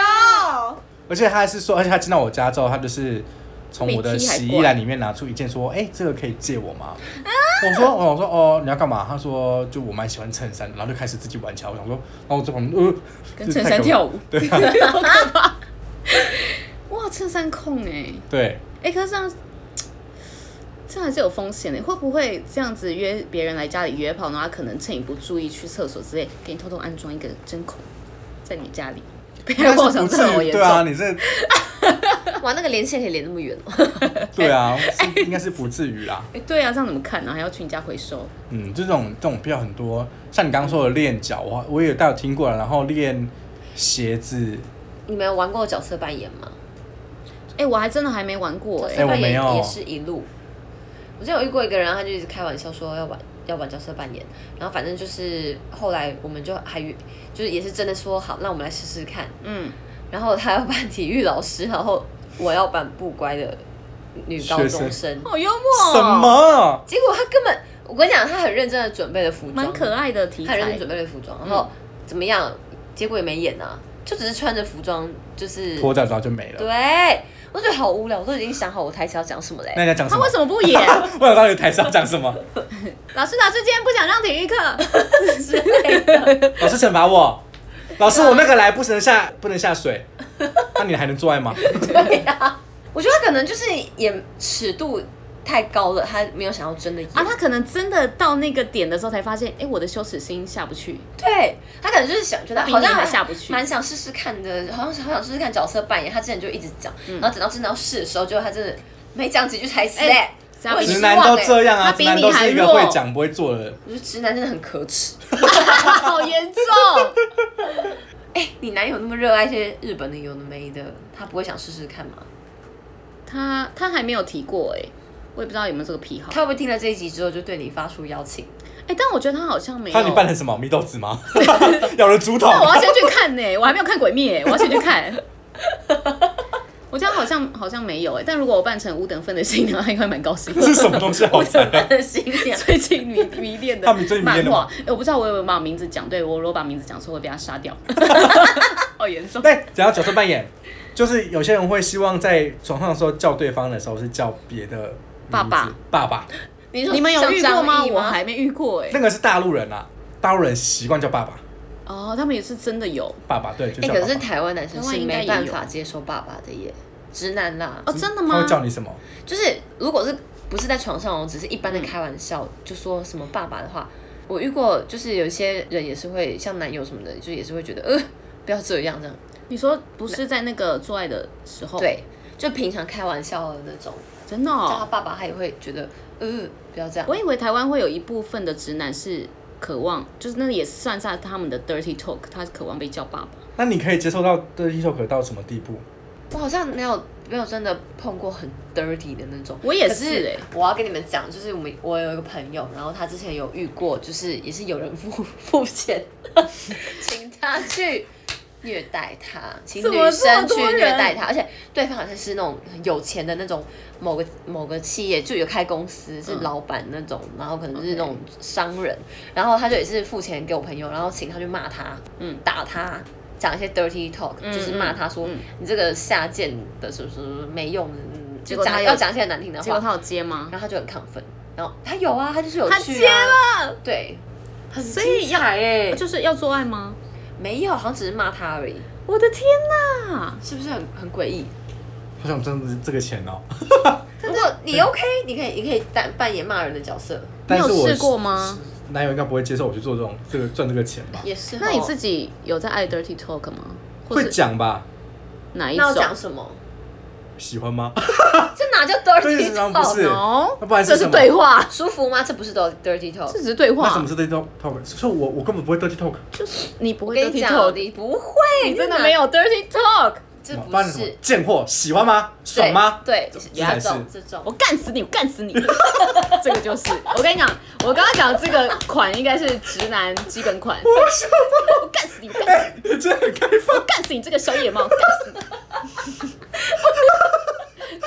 Speaker 2: 哦！
Speaker 1: 而且他还是说，而且他进到我家之后，他就是从我的
Speaker 2: 比踢还
Speaker 1: 洗衣
Speaker 2: 怪
Speaker 1: 篮里面拿出一件，说：“哎、这个可以借我吗？”我说：“哦，我说哦，你要干嘛？”他说：“就我蛮喜欢衬衫。”然后就开始自己玩起来。我想说，然后我在旁边呃，
Speaker 2: 跟
Speaker 1: 这
Speaker 2: 衬
Speaker 1: 太
Speaker 2: 衫
Speaker 1: 可
Speaker 2: 跳舞，
Speaker 1: 对啊，
Speaker 2: 好可怕！ [laughs] 哇，衬衫控哎、 [laughs]
Speaker 1: 对，
Speaker 2: 哎、可是这样，这样还是有风险的。会不会这样子约别人来家里约炮，然后他可能趁你不注意去厕所之类，给你偷偷安装一个针孔在你家里？被 [laughs] 害妄想
Speaker 1: 不至
Speaker 2: 症好
Speaker 1: 于
Speaker 2: 严
Speaker 1: 对
Speaker 2: 重。
Speaker 1: 啊，你这
Speaker 3: [laughs] 哇，那个连线可以连那么远哦、
Speaker 1: 对
Speaker 2: [laughs]
Speaker 1: 啊，是应该是不至于啦。
Speaker 2: 哎、对啊，这样怎么看呢、还要去你家回收？
Speaker 1: 嗯，这种这种票很多，像你刚刚说的练脚，啊我我也大有听过了，然后练鞋子，
Speaker 3: 你们有玩过角色扮演吗？
Speaker 2: 哎、我还真的还没玩过哎、
Speaker 3: 角色扮
Speaker 1: 我没
Speaker 3: 演
Speaker 1: 有
Speaker 3: 也是一路。我之前有遇过一个人，他就一直开玩笑说要玩要玩角色扮演，然后反正就是后来我们就还约就是也是真的说好，那我们来试试看。
Speaker 2: 嗯，
Speaker 3: 然后他要扮体育老师，然后我要扮不乖的女高
Speaker 1: 学
Speaker 3: 中
Speaker 1: 生
Speaker 3: 生。
Speaker 2: 好幽默、哦，
Speaker 1: 什？么？
Speaker 3: 结果他根本，我跟你讲，他很认真的准备了服装，嗯
Speaker 2: 蛮可爱的题
Speaker 3: 他很认
Speaker 2: 材
Speaker 3: 真准备了服装，然后怎么样？结果也没演啊，就只是穿着服装，就是
Speaker 1: 脱掉之后就没了。
Speaker 3: 对，我觉得好无聊，我都已经想好我台词要讲什么嘞
Speaker 1: 那。你要讲什
Speaker 2: 他
Speaker 1: 么
Speaker 2: 为？什么不演？ [laughs] 啊
Speaker 1: [laughs] 我想到你台上讲什么？
Speaker 2: 老师，老师今天不想上体育课。
Speaker 3: 之类的。
Speaker 1: 老师惩罚我，老师我那个来不能下不能下
Speaker 2: [laughs]
Speaker 1: 水，那你还能做爱吗？
Speaker 3: 对呀、 [laughs] 我觉得他可能就是演尺度太高了，他没有想要真的演。
Speaker 2: 啊，他可能真的到那个点的时候才发现，哎、我的羞耻心下不去。
Speaker 3: 对他可能就是想觉得
Speaker 2: 比
Speaker 3: 好像
Speaker 2: 你还下不去
Speaker 3: 蛮想试试看的，好像好想试试看角色扮演。他之前就一直讲，然后等到真的要试的时候，结果他真的没讲几句台词嗯哎、
Speaker 2: 哎
Speaker 3: 我很
Speaker 2: 直
Speaker 1: 直
Speaker 3: 失
Speaker 1: 男
Speaker 3: 望
Speaker 1: 都
Speaker 3: 哎、
Speaker 1: 这样啊，
Speaker 2: 他
Speaker 1: 直
Speaker 2: 比
Speaker 1: 男
Speaker 2: 你
Speaker 1: 都是一个
Speaker 2: 还弱
Speaker 1: 会讲不会做的人。
Speaker 3: 我觉得直男真的很可耻。
Speaker 2: 好严重！ [laughs]
Speaker 3: 哎、你男友那么热爱一些日本的有的没的，他不会想试试看吗？
Speaker 2: 他他还没有提过哎、我也不知道有没有这个癖好。
Speaker 3: 他会不会听了这一集之后就对你发出邀请？
Speaker 2: 哎、但我觉得他好像没有。
Speaker 1: 他说你扮成什么？米豆子吗？ [laughs] 咬了
Speaker 2: [laughs]
Speaker 1: 竹筒
Speaker 2: 那。我要先去看呢、我还没有看《鬼灭、欸》，我要先去看。 [laughs] 我觉得好像好像没有哎、但如果我扮成五等分的新娘，他应该蛮高兴的
Speaker 1: 这。是什么东西啊好
Speaker 3: 怎么
Speaker 1: 惨？
Speaker 3: 办新
Speaker 2: [laughs]
Speaker 3: 娘？
Speaker 2: 最近迷迷恋的
Speaker 1: 他们最迷
Speaker 2: 漫
Speaker 1: 恋的
Speaker 2: 画
Speaker 1: 吗，
Speaker 2: 哎我不知道我有没有把名字讲对，我如果把名字讲错会被他
Speaker 1: [laughs]
Speaker 2: 杀掉，好严重。
Speaker 1: 对，讲到角色扮演，就是有些人会希望在床上的时候叫对方的时候是叫别的名字
Speaker 2: 爸爸
Speaker 1: 爸爸，
Speaker 3: 你
Speaker 2: 你们有遇过吗？我
Speaker 3: 我
Speaker 2: 还没遇过哎、
Speaker 1: 那个是大陆人啊，大陆人习惯叫爸爸
Speaker 2: 哦，他们也是真的有
Speaker 1: 爸爸，对，就
Speaker 3: 哎、
Speaker 1: 叫爸
Speaker 3: 可
Speaker 1: 爸。
Speaker 3: 是台湾男生
Speaker 2: 台湾
Speaker 3: 是
Speaker 2: 应该
Speaker 3: 没
Speaker 2: 也
Speaker 3: 办
Speaker 2: 有
Speaker 3: 法接受爸爸的耶，直男啦。
Speaker 2: 哦，真
Speaker 1: 嗯
Speaker 2: 的
Speaker 1: 他
Speaker 2: 吗
Speaker 1: 会？叫你什么？
Speaker 3: 就是如果是不是在床上哦，只是一般的开玩笑，就说什么爸爸的话，我遇过，就是有一些人也是会像男友什么的，就也是会觉得呃不要这样这样。
Speaker 2: 你说不是在那个做爱的时候？，
Speaker 3: 对，就平常开玩笑的那种，
Speaker 2: 真的、
Speaker 3: 叫他
Speaker 2: 哦。
Speaker 3: 爸爸他也会觉得呃不要这样。
Speaker 2: 我以为台湾会有一部分的直男是渴望，就是那也算在他们的 dirty talk，他渴望被叫爸爸。
Speaker 1: 那你可以接受到的一首歌到什么地步？
Speaker 3: 我好像没有没有真的碰过很 dirty 的那种，
Speaker 2: 我也
Speaker 3: 可
Speaker 2: 是
Speaker 3: 是
Speaker 2: 欸
Speaker 3: 我要跟你们讲，就是我们我有一个朋友，然后他之前有遇过，就是也是有人付付钱， [laughs] 请他去虐待他，请
Speaker 2: 怎
Speaker 3: 女
Speaker 2: 么这么
Speaker 3: 生去
Speaker 2: 多人
Speaker 3: 虐待他，而且对方好像是那种很有钱的那种某个某个企业就有开公司是
Speaker 2: 嗯
Speaker 3: 老板那种，然后可能是那
Speaker 2: OK
Speaker 3: 种商人，然后他就也是付钱给我朋友，然后请他去骂他，
Speaker 2: 嗯
Speaker 3: 打他。讲一些 dirty talk，、
Speaker 2: 嗯
Speaker 3: 就是骂他说、
Speaker 2: 嗯嗯
Speaker 3: 你这个下贱的什么什么什么没用的，嗯
Speaker 2: 结
Speaker 3: 就
Speaker 2: 果
Speaker 3: 讲
Speaker 2: 他有
Speaker 3: 要讲一些难听的
Speaker 2: 结果
Speaker 3: 话，
Speaker 2: 他有接吗？
Speaker 3: 然后他就很亢奋，然后他有啊，他就是有
Speaker 2: 他
Speaker 3: 去
Speaker 2: 接
Speaker 3: 啊，
Speaker 2: 了，
Speaker 3: 对，很
Speaker 2: 所以
Speaker 3: 精彩哎、
Speaker 2: 就是要做爱吗？
Speaker 3: 没有，好像只是骂他而已，
Speaker 2: 我的天哪！
Speaker 3: 是不是很很诡异？
Speaker 1: 好想挣这这个钱哦。
Speaker 3: 如果你 OK，你可以，你可以扮扮演骂人的角色，
Speaker 2: 你
Speaker 1: 但是
Speaker 2: 有
Speaker 1: 我
Speaker 2: 试过吗？
Speaker 1: 男友应该不会接受我去做这种这个赚这个钱吧？
Speaker 3: 也是哦。
Speaker 2: 那你自己有在爱 dirty talk 吗？或
Speaker 1: 会
Speaker 2: 是
Speaker 1: 讲吧？
Speaker 2: 哪一
Speaker 3: 那我
Speaker 2: 种
Speaker 3: 讲什么？
Speaker 1: 喜欢吗？ [laughs]
Speaker 3: 这哪叫
Speaker 1: 对
Speaker 3: dirty
Speaker 1: 实上不
Speaker 3: talk？
Speaker 1: 是
Speaker 2: ？No，
Speaker 1: 那不然是
Speaker 2: 这
Speaker 1: 什
Speaker 2: 是
Speaker 1: 么
Speaker 2: 对话，
Speaker 3: 舒服吗？这不是 dirty talk
Speaker 2: 这。只是对
Speaker 1: 那什
Speaker 2: 话
Speaker 1: 么，是 dirty talk？所以我我根本不会 dirty talk，
Speaker 2: 就是你不
Speaker 3: 我
Speaker 2: 会
Speaker 3: 跟你
Speaker 2: dirty
Speaker 3: 讲
Speaker 2: talk，，
Speaker 3: 你不会，
Speaker 2: 你真的
Speaker 3: 哪
Speaker 2: 没，有 dirty talk，
Speaker 3: 这
Speaker 1: 不
Speaker 3: 不
Speaker 1: 哦然什么
Speaker 3: 是
Speaker 1: 贱货，喜欢吗？爽吗？
Speaker 3: 对，
Speaker 1: 这才
Speaker 3: 这
Speaker 1: 是
Speaker 3: 种这种
Speaker 2: 我，干死你，我干死你， [laughs] 这个就是我跟你讲，我刚刚讲这个款应该是直男基本款，
Speaker 1: 我想
Speaker 2: 我干死你，我干死你，
Speaker 1: [laughs] 真的很开放。
Speaker 2: 我干死你这个小野猫，我干死你！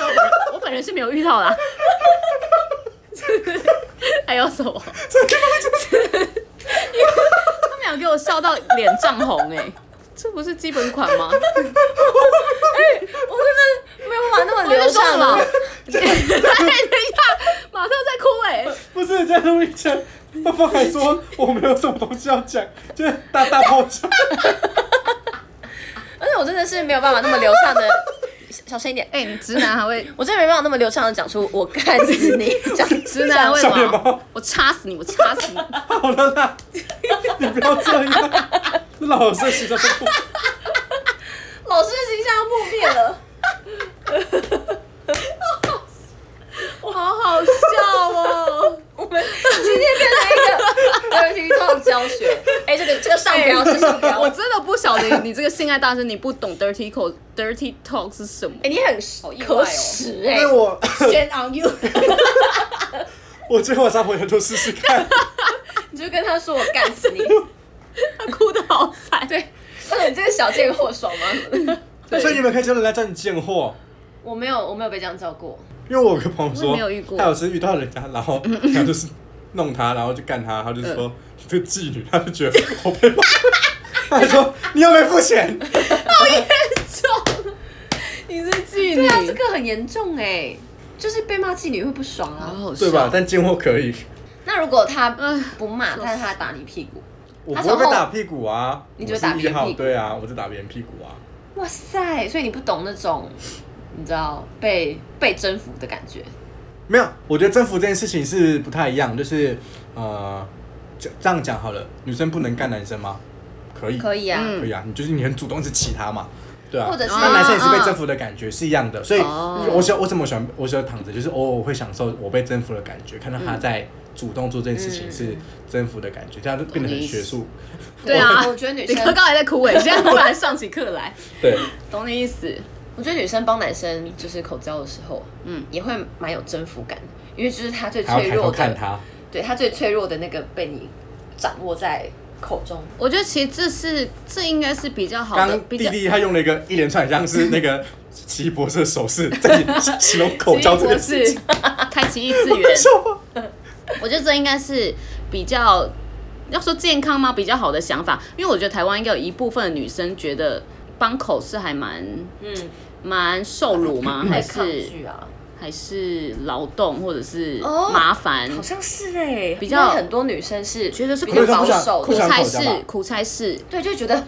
Speaker 2: 我本人我本人是没有遇到啦。还有什么？他们俩给我笑到脸涨红哎、这不是基本款吗？哎
Speaker 3: 我真的没有办法那么
Speaker 2: 我
Speaker 3: 流
Speaker 2: 就说
Speaker 3: 畅
Speaker 2: 了，
Speaker 3: 了
Speaker 2: 哎，等一下，马上在哭哎、
Speaker 1: 不是在录音前，芳芳还说我没有什么东西要讲，就是大大爆笑。
Speaker 3: 而且我真的是没有办法那么流畅的， [laughs] 小小声一点。
Speaker 2: 哎、你直男还会
Speaker 3: 我真的没办法那么流畅的讲出“我干死 [laughs] 你”，讲
Speaker 2: 直男为
Speaker 1: 小野
Speaker 2: 什
Speaker 1: 猫
Speaker 2: 么？我插死你！我插死你！
Speaker 1: 好了啦，你不要这样，啊老是洗的不
Speaker 3: 老师的形象要破灭了。
Speaker 2: 好好笑 [laughs] 哦！
Speaker 3: 我们今天变 [laughs] 成一个 dirty talk 教学。哎，这个这个上标是上标。
Speaker 2: 我真的不晓得你这个性爱大师，你不懂 dirty talk dirty talk 是什么。
Speaker 3: 哎，你很
Speaker 2: 意外哦
Speaker 3: 可耻哎
Speaker 1: 因为我
Speaker 3: ，Shame on you！
Speaker 1: 我今天晚上回头就试试看。
Speaker 3: 你就跟他说“我干死 [laughs] 你
Speaker 2: 他 [laughs] 哭的好惨。”，
Speaker 3: 对，但是你这个小贱货爽吗？
Speaker 1: 所以你们可以叫人家叫你贱货，
Speaker 3: 我没有，我没有被这样叫 [laughs] 过。
Speaker 1: 因为我有个朋友说，
Speaker 2: 我也没有遇过
Speaker 1: 他有次遇到人家，然后他就是弄他，然后就干他，他就
Speaker 2: 嗯
Speaker 1: 说、你这个妓女，他就觉得我被骂，他就
Speaker 2: [laughs]
Speaker 1: 说你又没付钱，
Speaker 2: 你是妓
Speaker 3: 对啊，
Speaker 2: 女，
Speaker 3: 这个很严重哎，就是被骂妓女会不爽
Speaker 2: 好
Speaker 3: 啊。
Speaker 2: 好笑
Speaker 1: 对吧？？但贱货可以，
Speaker 3: 那如果他
Speaker 2: 唉
Speaker 3: 不骂，但是他打你屁股，
Speaker 1: 我
Speaker 3: 他
Speaker 1: 不会被
Speaker 3: 从后
Speaker 1: 打屁股啊，
Speaker 3: 你
Speaker 1: 我
Speaker 3: 只会
Speaker 1: 是
Speaker 3: 打别
Speaker 1: 一
Speaker 3: 人
Speaker 1: 号，
Speaker 3: 屁股
Speaker 1: 对啊，我只打别人屁股啊，
Speaker 3: 哇塞！所以你不懂那种，你知道被被征服的感觉。
Speaker 1: 没有，我觉得征服这件事情是不太一样，就是呃，这这样讲好了，女生不能干男生吗？可以，
Speaker 3: 可以啊，
Speaker 2: 嗯
Speaker 1: 可以啊，你就是你很主动去骑他嘛，对啊，
Speaker 3: 或者是
Speaker 1: 那男生也是被征服的感觉是一样的，所以
Speaker 2: 哦
Speaker 1: 我喜欢我怎么喜欢我喜欢躺着，就是偶尔我会享受我被征服的感觉，看到他在主动做这件事情
Speaker 3: 嗯
Speaker 1: 是征服的感觉，这样就变得很学术，
Speaker 2: 对啊，
Speaker 3: 我觉得女
Speaker 2: 你哥
Speaker 3: 生，
Speaker 2: 刚才在哭 [laughs] 哎，现在突然上起课来，
Speaker 3: 哦
Speaker 1: 对，
Speaker 2: 懂你意思？
Speaker 3: 我觉得女生帮男生就是口交的时候，
Speaker 2: 嗯
Speaker 3: 嗯，也会蛮有征服感的，因为就是他最
Speaker 1: 还要
Speaker 3: [laughs] 脆
Speaker 1: 抬头
Speaker 3: 弱
Speaker 1: 看
Speaker 3: 的，
Speaker 1: 他，
Speaker 3: 对他最脆弱的那个被你掌握在口中。
Speaker 2: 我觉得其实这是这应该是比较好的，
Speaker 1: 刚
Speaker 2: 比
Speaker 1: 弟
Speaker 2: 较
Speaker 1: 弟他用了一
Speaker 2: [laughs]
Speaker 1: 个一连串像是那个奇异博士的手势， [laughs] 在形容口交这
Speaker 2: 博
Speaker 1: 件事
Speaker 2: 士
Speaker 1: 情，
Speaker 2: 开启异次元。
Speaker 1: 笑吗？
Speaker 2: [laughs] 我觉得这应该是比较要说健康吗？比较好的想法，因为我觉得台湾应该有一部分的女生觉得帮口是还蛮
Speaker 3: 嗯，
Speaker 2: 蛮受辱吗？
Speaker 1: 嗯
Speaker 2: 还
Speaker 3: 太抗
Speaker 2: 是
Speaker 3: 拒啊，
Speaker 2: 还是劳动或者是
Speaker 3: 哦
Speaker 2: 麻烦？
Speaker 3: 好像是哎，
Speaker 2: 比较
Speaker 3: 因为很多女生是
Speaker 2: 觉得是
Speaker 3: 比
Speaker 2: 苦
Speaker 3: 较
Speaker 1: 可
Speaker 3: 保
Speaker 1: 是她不想
Speaker 3: 守
Speaker 1: 不
Speaker 2: 苦
Speaker 3: 的，
Speaker 1: 想
Speaker 2: 差
Speaker 1: 口交吧
Speaker 2: 事，苦差事。
Speaker 3: 对，就觉得啊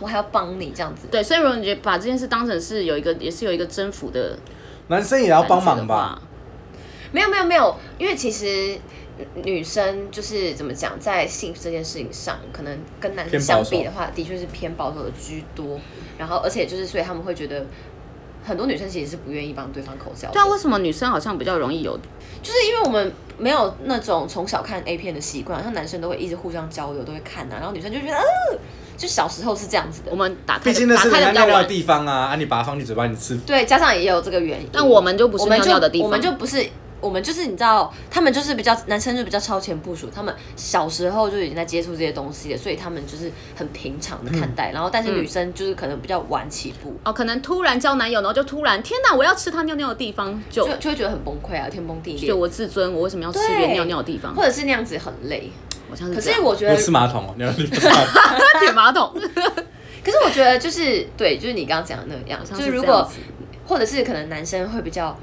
Speaker 3: 我还要帮你这样子。
Speaker 2: 对，所以如果你觉得把这件事当成是有一个，也是有一个征服的
Speaker 1: 男生也要
Speaker 2: 感觉的
Speaker 1: 帮
Speaker 2: 话，
Speaker 1: 忙
Speaker 2: [laughs]
Speaker 1: 吧，
Speaker 3: 没有没有没有，因为其实呃女生就是怎么讲，在性这件事情上，可能跟男生
Speaker 1: 偏保
Speaker 3: 相
Speaker 1: 守
Speaker 3: 比的话，的确是偏保守的居多。然后，而且就是，所以他们会觉得很多女生其实是不愿意帮对方口交的。
Speaker 2: 对啊，为什么女生好像比较容易有？
Speaker 3: 就是因为我们没有那种从小看 A 片的习惯，像男生都会一直互相交流，都会看啊，然后女生就觉得，呃，就小时候是这样子的
Speaker 2: 我。们打开
Speaker 1: 毕
Speaker 2: 的
Speaker 1: 竟那
Speaker 2: 打
Speaker 1: 是
Speaker 2: 开
Speaker 1: 人
Speaker 2: 的
Speaker 1: 家
Speaker 2: 比较
Speaker 1: 尿尿的
Speaker 2: 软，
Speaker 1: 地方啊，啊，你把它放进嘴巴，你吃
Speaker 3: 对，加上也有这个原因。
Speaker 2: 但我们就不是
Speaker 3: 我们
Speaker 2: 尿
Speaker 3: 就
Speaker 2: 尿的地方，
Speaker 3: 我们就不是，我们就是你知道，他们就是比较男生就比较超前部署，他们小时候就已经在接触这些东西了，所以他们就是很平常的看待。然后，
Speaker 2: 嗯
Speaker 3: 但是女生就是可能比较晚起步，
Speaker 2: 哦，可能突然交男友，然后就突然天哪，我要吃他尿尿的地方，就
Speaker 1: 嗯
Speaker 3: 就就会觉得很崩溃啊，天崩地裂
Speaker 2: 就，我自尊，我为什么要吃
Speaker 3: 对
Speaker 2: 别人尿尿的地方
Speaker 3: 或？者是那样子很累。
Speaker 2: 我像是
Speaker 3: 可
Speaker 2: 这
Speaker 3: 是
Speaker 2: 样 [laughs]
Speaker 3: 我觉得
Speaker 1: 不，吃马桶哦，你要你不吃马桶
Speaker 2: 舔马桶，
Speaker 3: 可是我觉得就是对，就是你刚刚讲的那样，
Speaker 2: 像
Speaker 3: 就是
Speaker 2: 是
Speaker 3: 如
Speaker 2: 这样
Speaker 3: 果
Speaker 2: 子
Speaker 3: 或者是可能男生会比较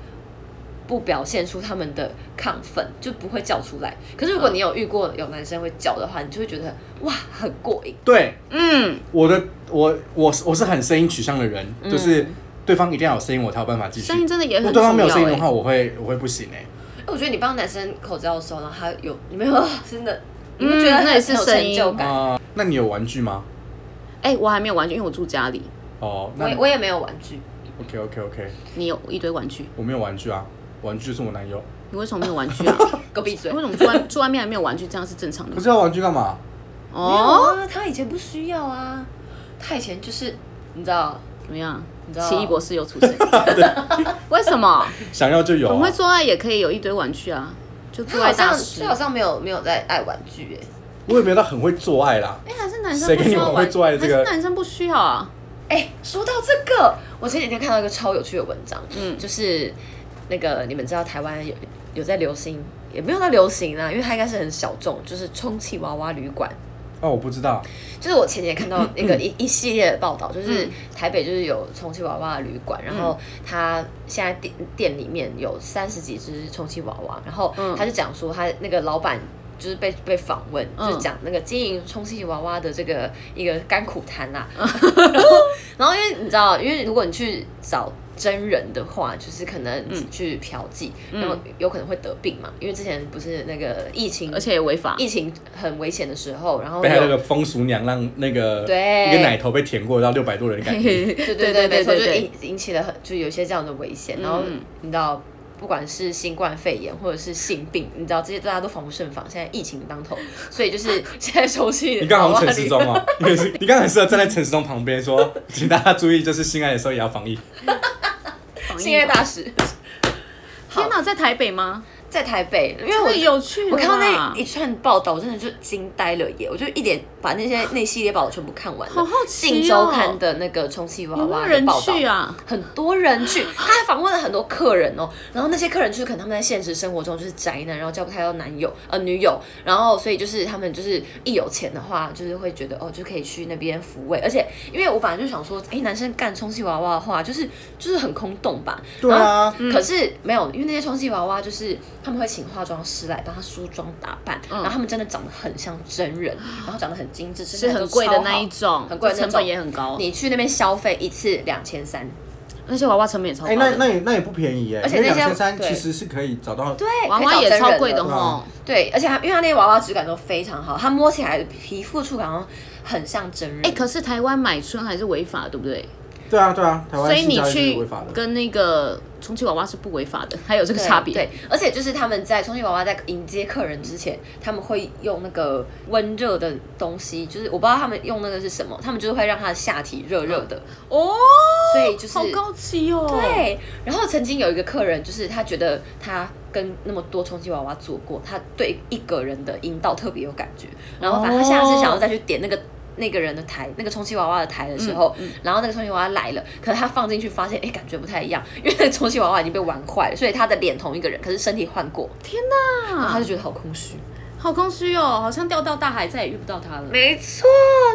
Speaker 3: 不表现出他们的亢奋，就不会叫出来。可是如
Speaker 2: 嗯
Speaker 3: 果你有遇过有男生会叫的话，你就会觉得哇，很过瘾。
Speaker 1: 对，
Speaker 2: 嗯，
Speaker 1: 我的我我是我是很声音取向的人，就是对方一定要有声音，我才有办法 [laughs] 继续。
Speaker 2: 声音真的也
Speaker 1: 如果
Speaker 2: 很
Speaker 1: 对
Speaker 2: 重要、
Speaker 1: 方没有声音的
Speaker 2: 欸。
Speaker 1: 话，我会我会不行哎、
Speaker 3: 哎我觉得你帮男生口交的时候，然后他有你没有 [laughs] 真的，你不
Speaker 2: 嗯
Speaker 3: 觉得
Speaker 2: 那也是
Speaker 3: 很有
Speaker 2: 声
Speaker 3: 成
Speaker 2: 音
Speaker 3: 就感？
Speaker 1: 啊、那你有玩具吗？
Speaker 2: 哎、我还没有玩具，因为我住家里。
Speaker 1: 哦，那
Speaker 3: 我也我也没有玩具，
Speaker 1: OK OK OK，
Speaker 2: 你有一堆玩具，
Speaker 1: 我没有玩具啊，玩具是我男友。
Speaker 2: 你为什么没有玩
Speaker 3: [laughs]
Speaker 2: 具啊？
Speaker 3: 狗闭嘴
Speaker 2: 为。什么住外住外面还没有玩具？这样是正常的
Speaker 1: 可
Speaker 2: 吗。
Speaker 1: 是要玩具干嘛？
Speaker 3: 没有
Speaker 2: 哦，
Speaker 3: 啊，他以前不需要啊，他以前就是你知道，
Speaker 2: 怎么样
Speaker 3: 你？知道
Speaker 2: 奇异博士又
Speaker 3: [laughs]
Speaker 2: 出现，为什么？
Speaker 1: 想要就有、
Speaker 3: 哦
Speaker 2: 我们
Speaker 1: 啊
Speaker 2: 会。做爱也可以有一堆玩具啊，就
Speaker 3: 他
Speaker 2: 做
Speaker 3: 好
Speaker 2: 爱大
Speaker 3: 像
Speaker 2: 师
Speaker 3: 他。好像没有没有在爱玩具哎、
Speaker 1: 我也没有到很会做爱啦。
Speaker 2: 哎、还是男生
Speaker 1: 谁
Speaker 2: 不
Speaker 1: 跟
Speaker 2: 需
Speaker 1: 你
Speaker 2: 要
Speaker 1: 们
Speaker 2: 玩，
Speaker 1: 会做爱这个
Speaker 2: 还是男生不需要啊？
Speaker 3: 哎、说到这个，我前几天看到一个超有趣的文章，嗯，就是那个你们知道台湾有有在流行，也没有在流行啦，因为它应该是很小众，就是充气娃娃旅馆。
Speaker 1: 哦，我不知道。
Speaker 3: 就是我前年看到
Speaker 2: 嗯
Speaker 3: 那个一一系列的报道，就是台北就是有充气娃娃的旅
Speaker 2: 嗯
Speaker 3: 馆，然后他现在店店里面有三十几只充气娃娃，然后
Speaker 2: 嗯
Speaker 3: 他就讲说他那个老板。就是被被访问，
Speaker 2: 嗯
Speaker 3: 就是讲那个经营充气娃娃的这个一个甘苦谈啦、
Speaker 2: 嗯
Speaker 3: 然后， [laughs] 然后因为你知道，因为如果你去找真人的话，就是可能去嫖妓，
Speaker 2: 嗯
Speaker 3: 然后有可能会得病嘛。因为之前不是那个疫情，
Speaker 2: 而且也违法。
Speaker 3: 疫情很危险的时候，然后
Speaker 1: 被他
Speaker 3: 有
Speaker 1: 那个风俗娘让那个
Speaker 3: 对
Speaker 1: 一个奶头被舔过到六百多人的感
Speaker 2: [laughs]
Speaker 1: 觉，
Speaker 3: 对
Speaker 2: 对嗯
Speaker 3: 对对，没错，就引引起了很，就有一些这样的危险。然后你知道，不管是新冠肺炎或者是性病，你知道这些大家都防不胜防。现在疫情当头，所以就是 [laughs] 现在熟悉
Speaker 1: 你刚好
Speaker 3: 娃
Speaker 1: 像
Speaker 3: 娃
Speaker 1: 陈时
Speaker 3: 旅 [laughs]
Speaker 1: 中哦，你也 [laughs] 是，你刚好很适合站在陈时中旁边说，请大家注意，就是性爱的时候也要防疫。
Speaker 3: 性爱大使
Speaker 2: 天哪，在台北吗？
Speaker 3: 在台北，
Speaker 2: 因
Speaker 3: 因为我
Speaker 2: 有啊趣了吧，
Speaker 3: 我看到那一串报道，我真的就惊呆了耶！我就一点把那些那系列报道全部看完了。
Speaker 2: 好好奇哦
Speaker 3: 信周刊》的那个充气娃
Speaker 2: 有没
Speaker 3: 娃
Speaker 2: 有
Speaker 3: 的
Speaker 2: 人
Speaker 3: 报道，
Speaker 2: 去啊？
Speaker 3: 很多人去，他还访问了很多客人哦。然后那些客人就是可能他们在现实生活中就是宅男，然后交不太到男友呃女友，然后所以就是他们就是一有钱的话，就是会觉得哦就可以去那边抚慰。而且因为我本来就想说，哎，男生干充气娃娃的话，就是就是很空洞吧。
Speaker 1: 对啊，
Speaker 2: 嗯
Speaker 3: 可是没有，因为那些充气娃娃就是他们会请化妆师来帮他梳妆打扮，
Speaker 2: 嗯
Speaker 3: 然后他们真的长得很像真人，然后长得很精致，
Speaker 2: 是
Speaker 3: 是
Speaker 2: 很贵的那一种，
Speaker 3: 很贵的那
Speaker 2: 成
Speaker 3: 种
Speaker 2: 本也很高。
Speaker 3: 你去那边消费一次两千三，
Speaker 2: 那些娃娃成本也超高
Speaker 1: 哎，
Speaker 2: 的，
Speaker 1: 那那也那也不便宜耶，
Speaker 3: 而且那些
Speaker 1: 两千三
Speaker 3: 对
Speaker 1: 其实是可以找到。
Speaker 3: 对，
Speaker 2: 娃
Speaker 3: 可以
Speaker 2: 娃
Speaker 3: 找
Speaker 2: 也
Speaker 3: 真人嗯
Speaker 2: 超贵的哦
Speaker 1: 了
Speaker 2: 吼。
Speaker 3: 对，而且它因为它那些娃娃质感都非常好，它摸起来的皮肤触感好像很像真人。
Speaker 2: 哎、可是台湾买春还是违法，对不对？
Speaker 1: 对啊对啊，台
Speaker 2: 所
Speaker 1: 湾
Speaker 2: 以
Speaker 1: 性
Speaker 2: 你
Speaker 1: 交易是
Speaker 2: 去
Speaker 1: 违法的。
Speaker 2: 跟那个充气娃娃是不违法的，还有这个
Speaker 3: 对
Speaker 2: 差别。
Speaker 3: 对，而且就是他们在充气娃娃在迎接客人之前，他们会用那个温热的东西，就是我不知道他们用那个是什么，他们就是会让他的下体热热的，
Speaker 2: 哦，
Speaker 3: 所以就是
Speaker 2: 好高级哦。，
Speaker 3: 对，然后曾经有一个客人，就是他觉得他跟那么多充气娃娃做过，他对一个人的阴道特别有感觉，然后反正他下次想要再去点那个。那个人的台，那个充气娃娃的台的时候，然后那个充气娃娃来了，可是他放进去发现，哎、感觉不太一样，因为那个充气娃娃已经被玩坏了，所以他的脸同一个人，可是身体换过，
Speaker 2: 天
Speaker 3: 然后他
Speaker 2: 哪
Speaker 3: 就，觉得好空虚。
Speaker 2: 好空虚哦，好像掉到大海，再也遇不到他了。
Speaker 3: 没错，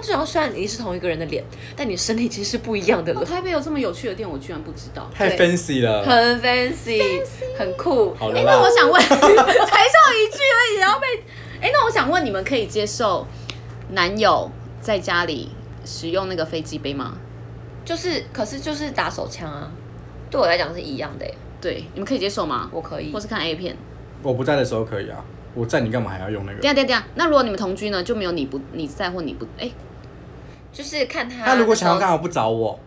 Speaker 3: 就然后虽然你是同一个人的脸，但你身体其实是不一样的了 [laughs]
Speaker 2: 哦，，台北有这么有趣的店，我居然不知道。
Speaker 1: 太 fancy 了，
Speaker 3: 很 fancy，很酷。
Speaker 1: 好
Speaker 2: 哎、
Speaker 1: 了
Speaker 2: 那我
Speaker 1: 啦，
Speaker 2: 想问， [laughs] 才上一句而已，然后被……哎、那我想问，你们可以接受男友在家里使用那个飞机杯吗？
Speaker 3: 就是，可是就是打手枪啊，对我来讲是一样的耶，欸
Speaker 2: 对，你们可以接受吗？
Speaker 3: 我可以
Speaker 2: 或。是看 A 片？
Speaker 1: 我不在的时候可以啊，我在你干嘛还要用那
Speaker 2: 等
Speaker 1: 个？
Speaker 2: 一下等一下等一下，啊那如果你们同居呢，就没有你不你在或你不哎、
Speaker 3: 就是看他。
Speaker 1: 他如果想要干嘛不找我？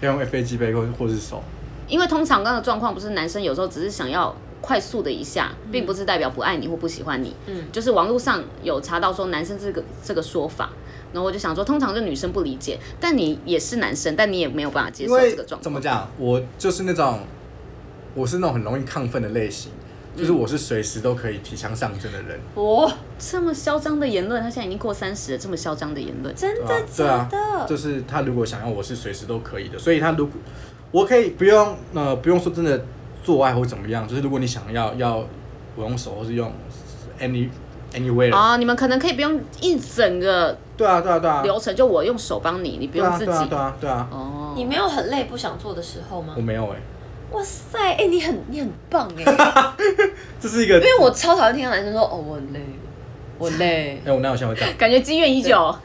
Speaker 1: 可以用飞机杯或或是手。
Speaker 2: 因为通常刚刚的状况不是男生有时候只是想要快速的一下，并不是代表不爱你或不喜欢你。
Speaker 3: 嗯
Speaker 2: 就是网络上有查到说男生这个这个说法，然后我就想说，通常是女生不理解，但你也是男生，但你也没有办法接
Speaker 1: 因
Speaker 2: 受
Speaker 1: 为
Speaker 2: 这个状
Speaker 1: 怎
Speaker 2: 况。
Speaker 1: 么讲，我就是那种，我是那种很容易亢奋的类型，就是
Speaker 2: 嗯
Speaker 1: 我是随时都可以提枪上阵的人。
Speaker 3: 哦，
Speaker 2: 这么嚣张的言论，他现在已经过三十了，这么嚣张的言论，
Speaker 3: 真
Speaker 1: 对
Speaker 3: 的
Speaker 1: 啊对
Speaker 3: 假
Speaker 1: 啊
Speaker 3: 的？，
Speaker 1: 就是他如果想要，我是随时都可以的。所以他如果我可以不用呃不用说真的做爱或怎么样，就是如果你想要要我用手或是用 any anywhere，、
Speaker 2: 哦，你们可能可以不用一整个
Speaker 1: 对啊对啊对啊，
Speaker 2: 流程，就我用手帮你，你不
Speaker 1: 对
Speaker 2: 用
Speaker 1: 啊
Speaker 2: 自
Speaker 1: 对
Speaker 2: 己。
Speaker 1: 啊对啊对啊，
Speaker 2: 哦，
Speaker 3: 你没有很累不想做的时候吗
Speaker 1: 我？没有哎、
Speaker 3: 哇塞，哎、你很你很棒哎，
Speaker 1: 这是一个
Speaker 3: [laughs] 因，为我超讨厌听到男生说哦我很 [laughs] 累，我累
Speaker 1: 哎、，我男友现在会这样，
Speaker 2: 感觉积怨已久。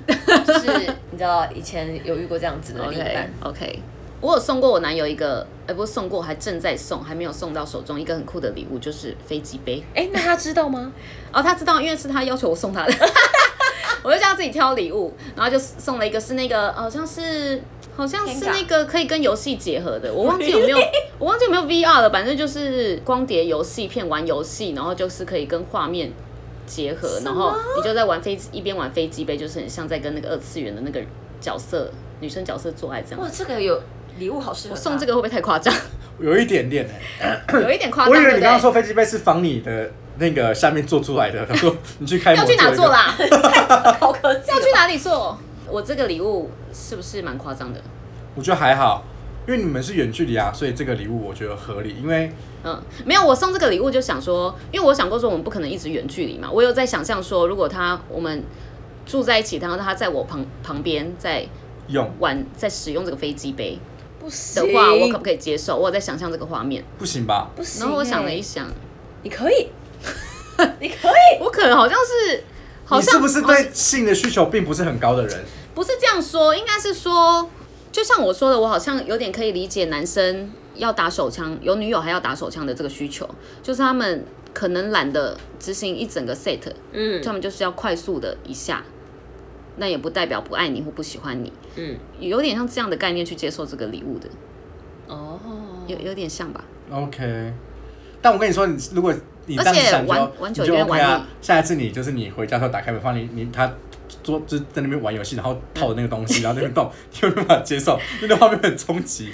Speaker 3: 就是你知道以前有遇过这样子的另一
Speaker 2: OK
Speaker 3: 半，
Speaker 2: OK，我有送过我男友一个，哎、不是送过，还正在送，还没有送到手中一个很酷的礼物，就是飞机杯。
Speaker 3: 哎、那他知道吗？
Speaker 2: 哦，他知道，因为是他要求我送他的，我就叫他自己挑礼物，然后就送了一个是那个好像是好像是
Speaker 3: Tenga
Speaker 2: 那个可以跟游戏结合的，我忘记有没有我忘记有没有 VR 了，反正就是光碟游戏片玩游戏，然后就是可以跟画面。结合，然后你就在玩飞机，一边玩飞机杯，就是很像在跟那个二次元的那个角色女生角色做爱这样
Speaker 3: 哇，。这个有礼物好适合
Speaker 2: 我
Speaker 3: 他
Speaker 2: 送这个会不会太
Speaker 1: [laughs]
Speaker 2: 夸张？
Speaker 1: 有一点点哎、
Speaker 2: 有一点夸张，
Speaker 1: 我以为
Speaker 2: 啊对不
Speaker 1: 你刚刚
Speaker 2: 对？
Speaker 1: 说飞机杯是仿你的那个下面做出来的，他说 [laughs] 你去开模
Speaker 2: 要去哪
Speaker 1: 一个
Speaker 2: 做？啦？ [laughs]
Speaker 3: 好科技哦，
Speaker 2: 要去哪里做？我这个礼物是不是蛮夸张的？
Speaker 1: 我觉得还好，因为你们是远距离啊，所以这个礼物我觉得合理，因为
Speaker 2: 嗯，没有，我送这个礼物就想说，因为我想过说我们不可能一直远距离嘛，我有在想象说，如果他我们住在一起，然后他在我旁旁边在
Speaker 1: 用
Speaker 2: 玩在使用这个飞机杯
Speaker 3: [laughs] 不行
Speaker 2: 的话，我可不可以接受？我有在想象这个画面，
Speaker 1: 不行吧？
Speaker 3: 不行、
Speaker 2: 然后我想了一，想，
Speaker 3: 你可 [laughs] 以，你可以，
Speaker 2: 我可能好像是。好
Speaker 1: 你
Speaker 2: 像
Speaker 1: 是不是
Speaker 2: 好像
Speaker 1: 对性的需求并不是很高的人？
Speaker 2: 不是这样说，应该是说，就像我说的，我好像有点可以理解男生要打手枪，有女友还要打手枪的这个需求，就是他们可能懒得执行一整个 set，
Speaker 3: 嗯
Speaker 2: 他们就是要快速的一下，那也不代表不爱你或不喜欢你，
Speaker 3: 嗯，
Speaker 2: 有点像这样的概念去接受这个礼物的，
Speaker 3: 哦，
Speaker 2: 有有点像吧？
Speaker 1: OK，但我跟你说，你如果你当时想
Speaker 2: 而且玩
Speaker 1: 说，
Speaker 2: 玩
Speaker 1: 你
Speaker 2: 久
Speaker 1: 就
Speaker 2: 就会
Speaker 1: OK 啊
Speaker 2: 玩。
Speaker 1: 下一次你就是你回家的时候打开门，放你你他桌就是在那边玩游戏，然后套的那个东西，然后在那边动，你有没有办法接受？ [laughs] 因为那画面很冲击。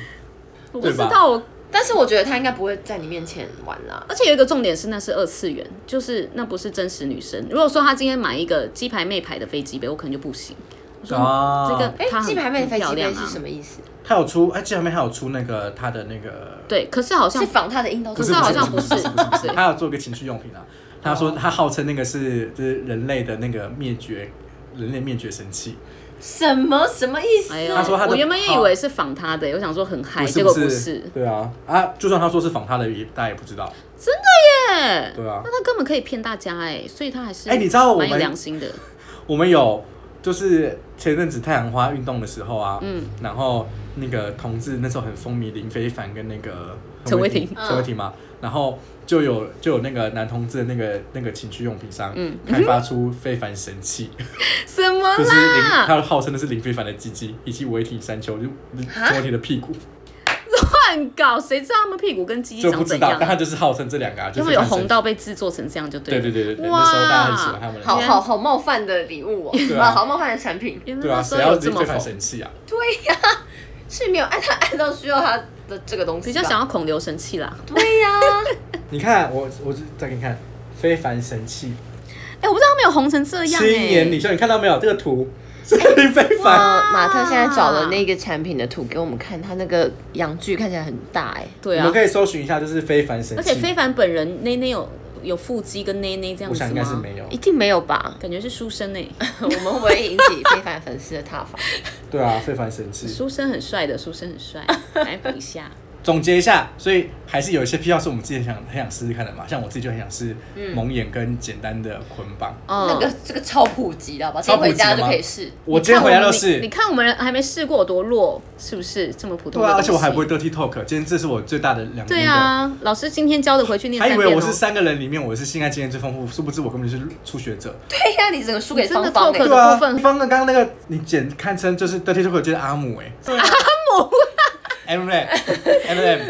Speaker 2: 我不
Speaker 1: 对
Speaker 2: 知
Speaker 1: 吧
Speaker 2: 道，我
Speaker 3: 但是我觉得他应该不会在你面前玩啦。
Speaker 2: 而且有一个重点是，那是二次元，就是那不是真实女生。如果说他今天买一个鸡排妹牌的飞机杯，我可能就不行。我说
Speaker 1: 啊
Speaker 2: 这个
Speaker 3: 哎、
Speaker 2: 它很
Speaker 3: 鸡排妹的飞机杯是什？
Speaker 2: 很漂亮啊
Speaker 3: 么意思？
Speaker 1: 他有出，哎，这上面还有出那个他的那个，
Speaker 2: 对，可是好像
Speaker 3: 是仿他的阴道
Speaker 1: 不是
Speaker 3: 做
Speaker 2: 这
Speaker 3: 的
Speaker 2: 好
Speaker 3: 吗，
Speaker 2: 像不
Speaker 1: 不
Speaker 2: 是
Speaker 1: 是不是不是，
Speaker 2: 对
Speaker 1: 他有做一个情趣用品啊。他说他号称那个是就是人类的那个灭绝，人类灭绝神器。
Speaker 3: 什么什么意思？
Speaker 2: 哎呦，
Speaker 1: 他说他的
Speaker 2: 我原本也以为是仿他的，我想说很嗨，结
Speaker 1: 不
Speaker 2: 果不
Speaker 1: 是
Speaker 2: 是，，
Speaker 1: 对啊啊！就算他说是仿他的，也大家也不知道。
Speaker 2: 耶，
Speaker 1: 对啊
Speaker 2: 那他根本可以骗大家哎，所以他还是
Speaker 1: 哎你知道我们
Speaker 2: 蛮有良心的，
Speaker 1: 我们有就是前阵子太阳花运动的时候啊，
Speaker 2: 嗯，
Speaker 1: 然后那个同志那时候很风靡林非凡跟那个
Speaker 2: 陈伟霆嗯
Speaker 1: 陈伟霆嘛，然后就有就有那个男同志的那个那个情趣用品商，
Speaker 2: 嗯
Speaker 1: 开发出非凡神器，
Speaker 2: 什么
Speaker 1: [laughs] 就是林
Speaker 2: 啦？
Speaker 1: 他号称的是林非凡的鸡鸡，以及维体山丘，就陈伟霆的屁股，
Speaker 2: 乱搞，谁知道他们屁股跟鸡鸡
Speaker 1: 就不
Speaker 2: 长
Speaker 1: 知
Speaker 2: 怎
Speaker 1: 道，
Speaker 2: 样
Speaker 1: 但？他就是号称这两个啊，就是
Speaker 2: 他们
Speaker 1: 非
Speaker 2: 有
Speaker 1: 凡神器
Speaker 2: 红，到被制作成这样就
Speaker 1: 对
Speaker 2: 对了，
Speaker 1: 对对对，对
Speaker 2: 哇
Speaker 1: 那时候大家很喜欢他们的，
Speaker 3: 好
Speaker 2: 原
Speaker 3: 好好冒犯的礼物哦、
Speaker 1: [laughs] 对啊
Speaker 3: 好好冒犯的产品。
Speaker 2: 原来
Speaker 1: 对啊，
Speaker 2: 那时
Speaker 1: 谁
Speaker 2: 候
Speaker 1: 要
Speaker 2: 有这
Speaker 1: 林
Speaker 2: 么
Speaker 1: 非凡
Speaker 2: 红，
Speaker 1: 神器啊？
Speaker 3: 对呀、是没有哎爱他爱到需要他的这个东西吧。
Speaker 2: 比较想要孔刘神器啦。
Speaker 3: 对
Speaker 1: [laughs]
Speaker 3: 呀、
Speaker 1: 你看我，我就再给你看非凡神器。
Speaker 2: 哎，我不知道他们有红成这样
Speaker 1: 青眼
Speaker 2: 哎
Speaker 1: 领，袖，你看到没有？这个图是林非凡，
Speaker 3: 呃，马特现在找了那个产品的图给我们看，他那个阳具看起来很大哎、
Speaker 2: 对
Speaker 1: 我
Speaker 2: 啊
Speaker 1: 们，可以搜寻一下，就是非凡神器。
Speaker 2: 而且非凡本人内内有有腹肌跟内内这样
Speaker 1: 我
Speaker 2: 子
Speaker 1: 想应该是
Speaker 2: 吗？？
Speaker 1: 没有。
Speaker 3: 一定没有吧
Speaker 2: [laughs] 感觉是书生哎、
Speaker 3: 我们会不会引起非凡粉丝的挞伐？
Speaker 1: 对啊，非凡神器。
Speaker 2: 书生很帅的，书生
Speaker 1: [laughs]
Speaker 2: 很帅，来比一下。
Speaker 1: 总结一下，所以还是有一些癖好是我们自己很想很想试试看的嘛。像我自己就很想试
Speaker 2: 嗯
Speaker 1: 蒙眼跟简单的捆绑。
Speaker 2: 哦
Speaker 3: 那个这个超普及的好吧？今
Speaker 1: 超
Speaker 3: 天
Speaker 1: 普及的
Speaker 3: 回
Speaker 1: 吗
Speaker 3: 家就可以试。
Speaker 1: 我今天回家都
Speaker 2: 你看我们你
Speaker 1: 是。
Speaker 2: 看我们还没试过多弱，是不是这么普通
Speaker 1: 对
Speaker 2: 的
Speaker 1: 啊，
Speaker 2: 东
Speaker 1: 而
Speaker 2: 西？
Speaker 1: 且我还不会 dirty talk。今天这是我最大的两个。
Speaker 2: 对，啊，老师今天教的回去念
Speaker 1: 还
Speaker 2: 三
Speaker 1: 以
Speaker 2: 遍、哦。
Speaker 1: 为我是三个人里面我是性爱经验最丰富，殊不知我根本就是初学者。
Speaker 3: 对呀、你整个输给
Speaker 2: 你
Speaker 3: 芳
Speaker 2: 真的
Speaker 3: 芳
Speaker 2: 透可
Speaker 3: 哎
Speaker 1: 对
Speaker 2: 的
Speaker 1: 啊，
Speaker 2: 部分
Speaker 1: 方的刚刚那个你简堪称就是 dirty talk 就是阿姆哎、
Speaker 2: [laughs]
Speaker 1: 阿姆 M M M M，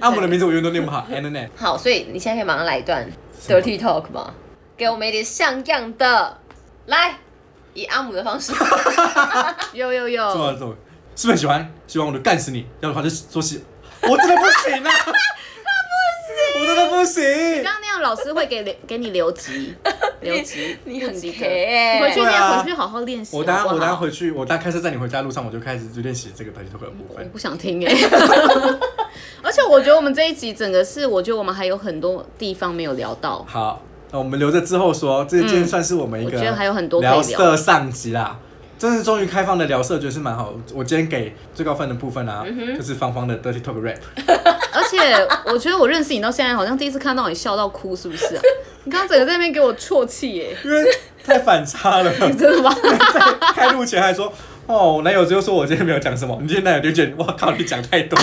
Speaker 1: 阿姆的名字我永远都念不
Speaker 2: [laughs]
Speaker 1: 好 M M。
Speaker 3: 好，所以你现在可以马上来一段
Speaker 1: 什么
Speaker 3: dirty talk 吗？给我们一点像样的，来，以阿姆的方
Speaker 1: [laughs]
Speaker 3: 式。
Speaker 2: 有
Speaker 1: 这
Speaker 2: 有有，
Speaker 1: 么这么，是不是很喜欢？喜欢我就干死你，要不然就说是， [laughs] 我真的不行
Speaker 2: [laughs]
Speaker 1: 啊！我真的不行。
Speaker 2: 刚刚那样老师会给留给你留
Speaker 3: [laughs]
Speaker 2: 级，留级，
Speaker 3: 你很
Speaker 2: 不及格
Speaker 3: care
Speaker 2: 你回去
Speaker 1: 对
Speaker 2: 练，
Speaker 1: 啊
Speaker 2: 回去好好练习。
Speaker 1: 我等下
Speaker 2: 好不好
Speaker 1: 我等下回去，我等下开车载你回家路上，我就开始就练习这个 dirty talk 的部
Speaker 2: 我
Speaker 1: 分。
Speaker 2: 不想听哎、 [laughs] 而且我觉得我们这一集整个是，我觉得我们还有很多地方没有聊到。嗯
Speaker 1: 好，那我们留着之后说，这今天算是我们一个
Speaker 2: 我觉得还有很多可以
Speaker 1: 聊
Speaker 2: 聊
Speaker 1: 色上集啦。真是终于开放的聊色，觉得是蛮好。我今天给最高分的部分啊，
Speaker 2: 嗯
Speaker 1: 就是芳芳的 dirty talk rap，
Speaker 2: 而且我觉得我认识你到现在，好像第一次看到你笑到哭，是不是啊？你刚刚整个在那边给我啜泣耶，
Speaker 1: 因为太反差
Speaker 2: [laughs]
Speaker 1: 了。
Speaker 2: 真的吗？
Speaker 1: 在开录前还说，哦，我男友就说我今天没有讲什么，你今天男友就觉得，哇靠，你讲太多。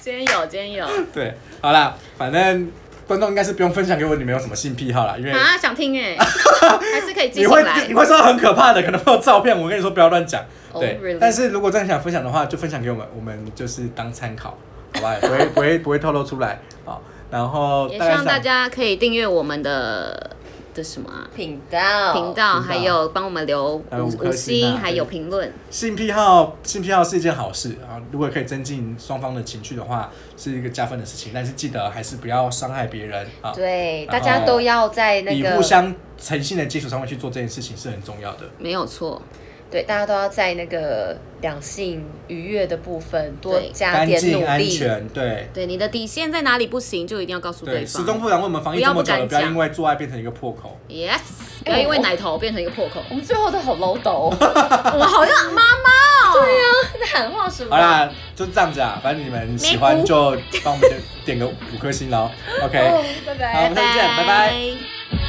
Speaker 2: 今天有，今天有
Speaker 1: 对，好啦，反正观众应该是不用分享给我你们有什么性癖好啦，因为
Speaker 2: 啊，想
Speaker 1: [laughs]
Speaker 2: 听哎，还是可以
Speaker 1: 你
Speaker 2: 寄信
Speaker 1: 会
Speaker 2: 来
Speaker 1: 你。会收到很可怕的，可能会有照片。我跟你说不要乱讲。
Speaker 2: Oh,
Speaker 1: 对
Speaker 2: really？
Speaker 1: 但是如果真的想分享的话，就分享给我们，我们就是当参考，好吧？不会不会不会透露出来好，然后
Speaker 2: 也希
Speaker 1: 大概
Speaker 2: 望
Speaker 1: 是
Speaker 2: 大家可以订阅我们的的什么啊
Speaker 3: 频
Speaker 1: 哦
Speaker 2: 频道，
Speaker 3: 道
Speaker 1: 频道
Speaker 2: 还有帮我们留
Speaker 1: 还有
Speaker 2: 五
Speaker 1: 五颗
Speaker 2: 五
Speaker 1: 星啊
Speaker 2: 星，还有
Speaker 1: 对
Speaker 2: 评论。
Speaker 1: 性癖好，性癖好是一件好事啊。如果可以增进双方的情绪的话，是一个加分的事情。但是记得还是不要伤害别人啊。
Speaker 3: 对，
Speaker 1: 然后
Speaker 3: 大家都要在那
Speaker 1: 以
Speaker 3: 个
Speaker 1: 互相诚信的基础上面去做这件事情是很重要的。
Speaker 2: 没有错，
Speaker 3: 对，大家都要在那个两性愉悦的部分多
Speaker 2: 对啊
Speaker 3: 加
Speaker 1: 干
Speaker 3: 点
Speaker 1: 净、
Speaker 3: 努
Speaker 1: 安
Speaker 3: 力。
Speaker 1: 全，对
Speaker 2: 对你的底线在哪里不行，就一定要告诉
Speaker 1: 对。
Speaker 2: 方
Speaker 1: 始。终不然为我们防疫这么久了，
Speaker 2: 不要不敢
Speaker 1: 不要
Speaker 2: 讲
Speaker 1: 因为做爱变成一个破口。
Speaker 2: Yes，不
Speaker 3: 哎
Speaker 2: 要因
Speaker 3: 我
Speaker 2: 为奶头变成一个破口。
Speaker 3: 我们最后都好唠
Speaker 1: [laughs]
Speaker 3: 叨、哦，
Speaker 2: 我好像妈妈哦。对呀、
Speaker 3: 在喊话什么？
Speaker 1: 好啦，就这样子啊，反正你们喜欢 [laughs] 就帮我们点点个五颗星喽。OK，
Speaker 3: [laughs] 哦，拜拜
Speaker 1: 好。我们再见拜拜。